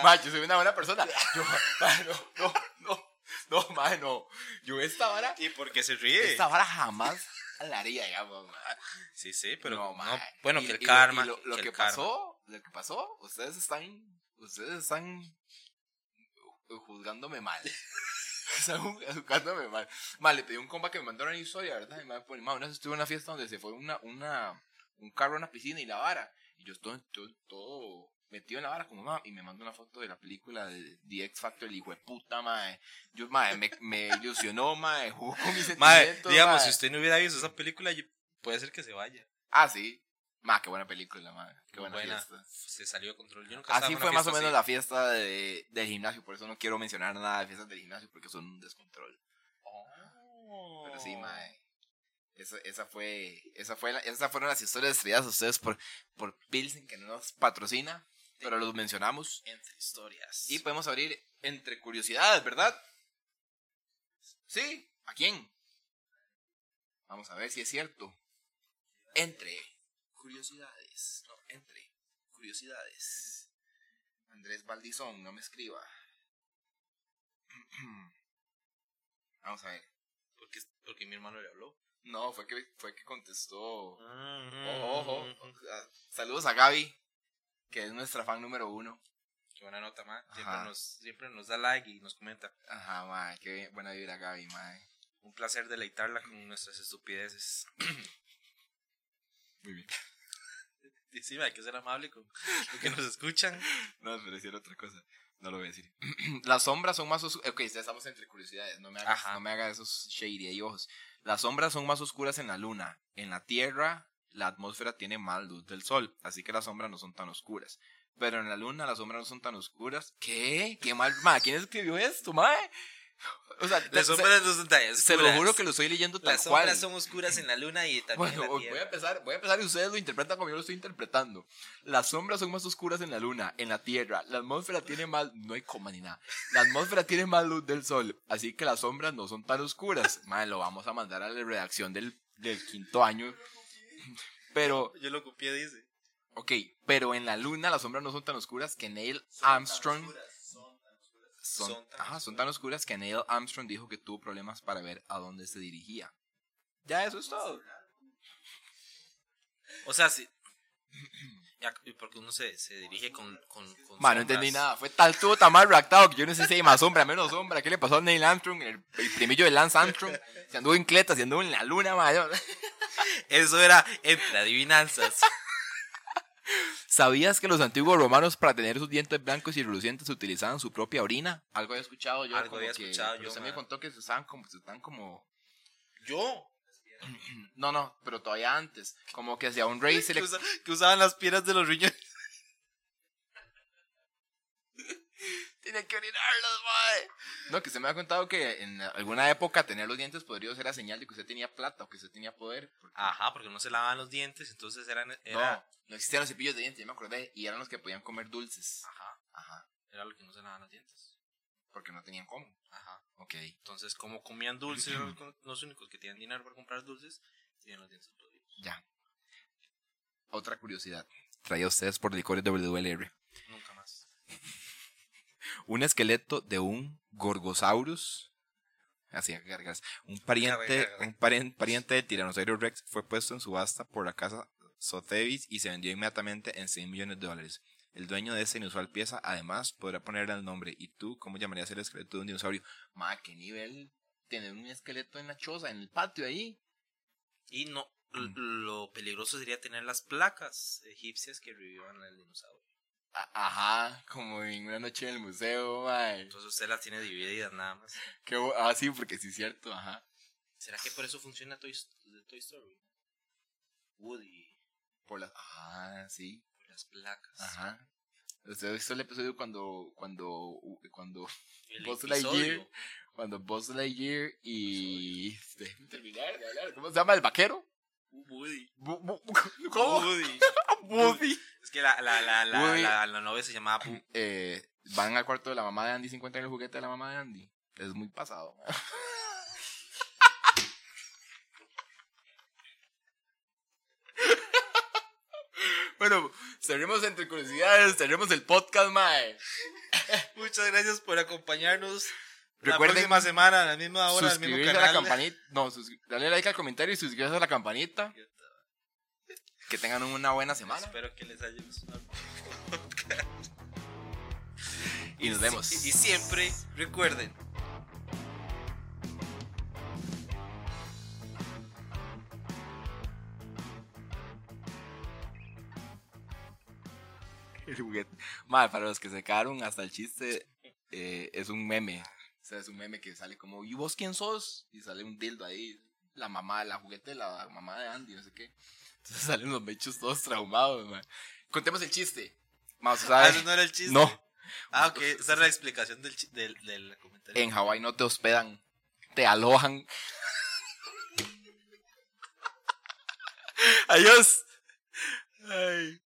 Speaker 2: Mae, yo soy una buena persona. Yo, mae, no, no, no. No, mae, no. Yo esta vara,
Speaker 1: ¿Y por qué se ríe?
Speaker 2: esta vara jamás la haría, digamos, mae.
Speaker 1: Sí, sí, pero
Speaker 2: No,
Speaker 1: no,
Speaker 2: mae.
Speaker 1: bueno,
Speaker 2: Y-
Speaker 1: que el
Speaker 2: y lo-
Speaker 1: karma.
Speaker 2: y lo, lo que,
Speaker 1: el karma.
Speaker 2: pasó, lo que pasó, ustedes están, ustedes están ju- juzgándome mal. *laughs* están ju- juzgándome mal. Mal, le pedí a un compa que me mandó una historia, ¿verdad? Y me pone, "Ma, una vez estuve en una fiesta donde se fue una, una, un carro a una piscina y la vara. Y yo estoy todo, todo metido en la vara como mamá y me mandó una foto de la película de The X Factor, el hijo de puta, mae. Yo, mae, me, me ilusionó, mae, jugó con
Speaker 1: *laughs*
Speaker 2: mis
Speaker 1: Mae,
Speaker 2: sentimientos,
Speaker 1: digamos,
Speaker 2: mae.
Speaker 1: si usted no hubiera visto esa película, yo- puede ser que se vaya.
Speaker 2: Ah, sí. Ma, qué buena película, ma. Qué buena,
Speaker 1: Buena.
Speaker 2: fiesta.
Speaker 1: Se salió de control. Yo nunca estaba
Speaker 2: Así
Speaker 1: en una
Speaker 2: fue más o
Speaker 1: fiesta
Speaker 2: menos
Speaker 1: así.
Speaker 2: la fiesta de- del gimnasio, por eso no quiero mencionar nada de fiestas del gimnasio porque son un descontrol.
Speaker 1: Oh.
Speaker 2: Pero sí, ma. eh, Esa, esa fue, esa fue la- esas fueron las historias estrellas de ustedes por, por Pilsen que no nos patrocina, pero los mencionamos.
Speaker 1: Entre historias.
Speaker 2: Y podemos abrir entre curiosidades, ¿verdad? Sí, ¿a quién? Vamos a ver si es cierto. Entre curiosidades, no, entre curiosidades. Andrés Valdizón, no me escriba. *clears throat* Vamos a ver.
Speaker 1: porque, porque mi hermano le habló.
Speaker 2: No, fue que fue que contestó. Ojo, ojo.
Speaker 1: Mm,
Speaker 2: Ah, Saludos a Gaby, que es nuestra fan número uno.
Speaker 1: Qué buena nota, mae.
Speaker 2: Ajá.
Speaker 1: Siempre nos, siempre nos da like y nos comenta.
Speaker 2: Ajá, mae, qué buena vibra Gaby, mae.
Speaker 1: Un placer deleitarla con nuestras estupideces. *laughs*
Speaker 2: Muy bien.
Speaker 1: Y sí, mae, hay que ser amable con los que nos
Speaker 2: *laughs*
Speaker 1: escuchan.
Speaker 2: No, pero decir otra cosa. No lo voy a decir. *clears throat* Las sombras son más oscuras. Ok, ya estamos entre curiosidades. No me hagas,
Speaker 1: Ajá.
Speaker 2: no me hagas esos shady ahí ojos. Las sombras son más oscuras en la luna. En la tierra, la atmósfera tiene más luz del sol. Así que las sombras no son tan oscuras. Pero en la luna, las sombras no son tan oscuras. ¿Qué? ¿Qué mal? Ma, ¿Quién escribió esto, mae? O sea, te-
Speaker 1: Las
Speaker 2: se-
Speaker 1: sombras no son tan
Speaker 2: se lo
Speaker 1: oscuras.
Speaker 2: juro que lo estoy leyendo tal
Speaker 1: Las
Speaker 2: cual.
Speaker 1: sombras son oscuras en la luna y también
Speaker 2: Bueno,
Speaker 1: en la
Speaker 2: voy a,
Speaker 1: tierra.
Speaker 2: empezar, voy a empezar y ustedes lo interpretan como yo lo estoy interpretando. Las sombras son más oscuras en la luna, en la tierra. La atmósfera tiene más. No hay coma ni nada. La atmósfera tiene más luz del sol. Así que las sombras no son tan oscuras. Madre, lo vamos a mandar a la redacción del, del quinto año. Pero,
Speaker 1: Yo lo copié, dice.
Speaker 2: ok, pero en la luna las sombras no son tan oscuras que Neil Armstrong. Son,
Speaker 1: Son tan
Speaker 2: ajá, son tan oscuras que Neil Armstrong dijo que tuvo problemas para ver a dónde se dirigía. Ya, eso es todo.
Speaker 1: O sea, si, Ya, y porque uno se, se dirige con, con, con
Speaker 2: Ma,
Speaker 1: sombras.
Speaker 2: no entendí nada. Fue tal tuvo tan mal redactado que yo no sé si hay más sombra, menos sombra. ¿Qué le pasó a Neil Armstrong? El, el primillo de Lance Armstrong. Se anduvo en cletas, se anduvo en la luna, ma. yo-
Speaker 1: Eso era entre adivinanzas.
Speaker 2: ¿Sabías que los antiguos romanos, para tener sus dientes blancos y relucientes, utilizaban su propia orina? Algo había escuchado yo.
Speaker 1: Algo
Speaker 2: como
Speaker 1: había
Speaker 2: que-
Speaker 1: escuchado
Speaker 2: pero
Speaker 1: yo,
Speaker 2: Usted me
Speaker 1: ma.
Speaker 2: contó que se usaban como, se usaban como.
Speaker 1: Yo.
Speaker 2: No, no, pero todavía antes. Como que hacia un rey se le.
Speaker 1: que usaban las piedras de los riñones.
Speaker 2: Tiene que orinarlos, madre. No, que usted me ha contado que en alguna época tener los dientes podridos era señal de que usted tenía plata o que usted tenía poder. porque-
Speaker 1: Ajá, porque no se lavaban los dientes, entonces eran, era,
Speaker 2: No, no existían los cepillos de dientes, ya me acordé. Y eran los que podían comer dulces.
Speaker 1: ajá,
Speaker 2: Ajá.
Speaker 1: era lo que no se lavaban los dientes.
Speaker 2: Porque no tenían cómo.
Speaker 1: Ajá.
Speaker 2: Ok.
Speaker 1: Entonces, como comían dulces, eran los, los únicos que tenían dinero para comprar dulces, tenían los dientes podridos.
Speaker 2: Ya. Otra curiosidad. Traía a ustedes por licores WLR.
Speaker 1: Nunca más.
Speaker 2: Un esqueleto de un Gorgosaurus. Así, cargas. Un pariente, un paren- pariente del Tiranosaurio Rex fue puesto en subasta por la casa Sotheby's y se vendió inmediatamente en 100 millones de dólares. El dueño de esa inusual pieza, además, podrá ponerle el nombre. ¿Y tú cómo llamarías el esqueleto de un dinosaurio? Ma, qué nivel tener un esqueleto en la choza, en el patio ahí.
Speaker 1: Y no, l-
Speaker 2: Mm.
Speaker 1: lo peligroso sería tener las placas egipcias que revivían al dinosaurio.
Speaker 2: A- Ajá, como en una noche en el museo, mae.
Speaker 1: Entonces usted las tiene divididas nada más.
Speaker 2: Qué bo- ah, sí, porque sí es cierto, ajá.
Speaker 1: ¿Será que por eso funciona Toy, St- de Toy Story? Woody,
Speaker 2: Por las... Ajá, sí,
Speaker 1: por las placas.
Speaker 2: ajá. ¿Usted ha visto el episodio cuando, cuando, cuando,
Speaker 1: El
Speaker 2: Buzz
Speaker 1: episodio.
Speaker 2: Lightyear. cuando Buzz Lightyear y... Déjeme terminar de hablar. ¿Cómo se llama? ¿El vaquero?
Speaker 1: Woody.
Speaker 2: Bu- bu- *laughs* ¿Cómo?
Speaker 1: Woody.
Speaker 2: Woody.
Speaker 1: Es que la, la, la, la,
Speaker 2: Woody.
Speaker 1: la, la novia se llamaba Pooh.
Speaker 2: Eh, van al cuarto de la mamá de Andy y se encuentran el juguete de la mamá de Andy. Es muy pasado. *laughs* bueno, cerremos entre curiosidades, cerremos el podcast, mae.
Speaker 1: Muchas gracias por acompañarnos. la
Speaker 2: Recuerden-
Speaker 1: próxima semana, a la misma hora, al mismo
Speaker 2: Suscribirse a la
Speaker 1: canal.
Speaker 2: campanita. No, suscri- dale like al comentario y suscribirse a la campanita. Que tengan una buena semana.
Speaker 1: Espero que les haya gustado.
Speaker 2: Y nos vemos.
Speaker 1: Y, y siempre recuerden.
Speaker 2: *laughs* El juguete. Mae, para los que se quedaron hasta el chiste, eh, es un meme. O sea, es un meme que sale como, ¿y vos quién sos? Y sale un dildo ahí, la mamá, la juguete, de la mamá de Andy, no sé qué. Entonces *laughs* salen los mechos todos traumados, mae. Contemos el chiste. Más,
Speaker 1: Ah,
Speaker 2: ¿sabes?
Speaker 1: eso no era el chiste.
Speaker 2: no,
Speaker 1: Ah, ok, esa era la explicación del, chi- del, del comentario.
Speaker 2: en Hawái no te hospedan, te alojan. Adiós. Ay.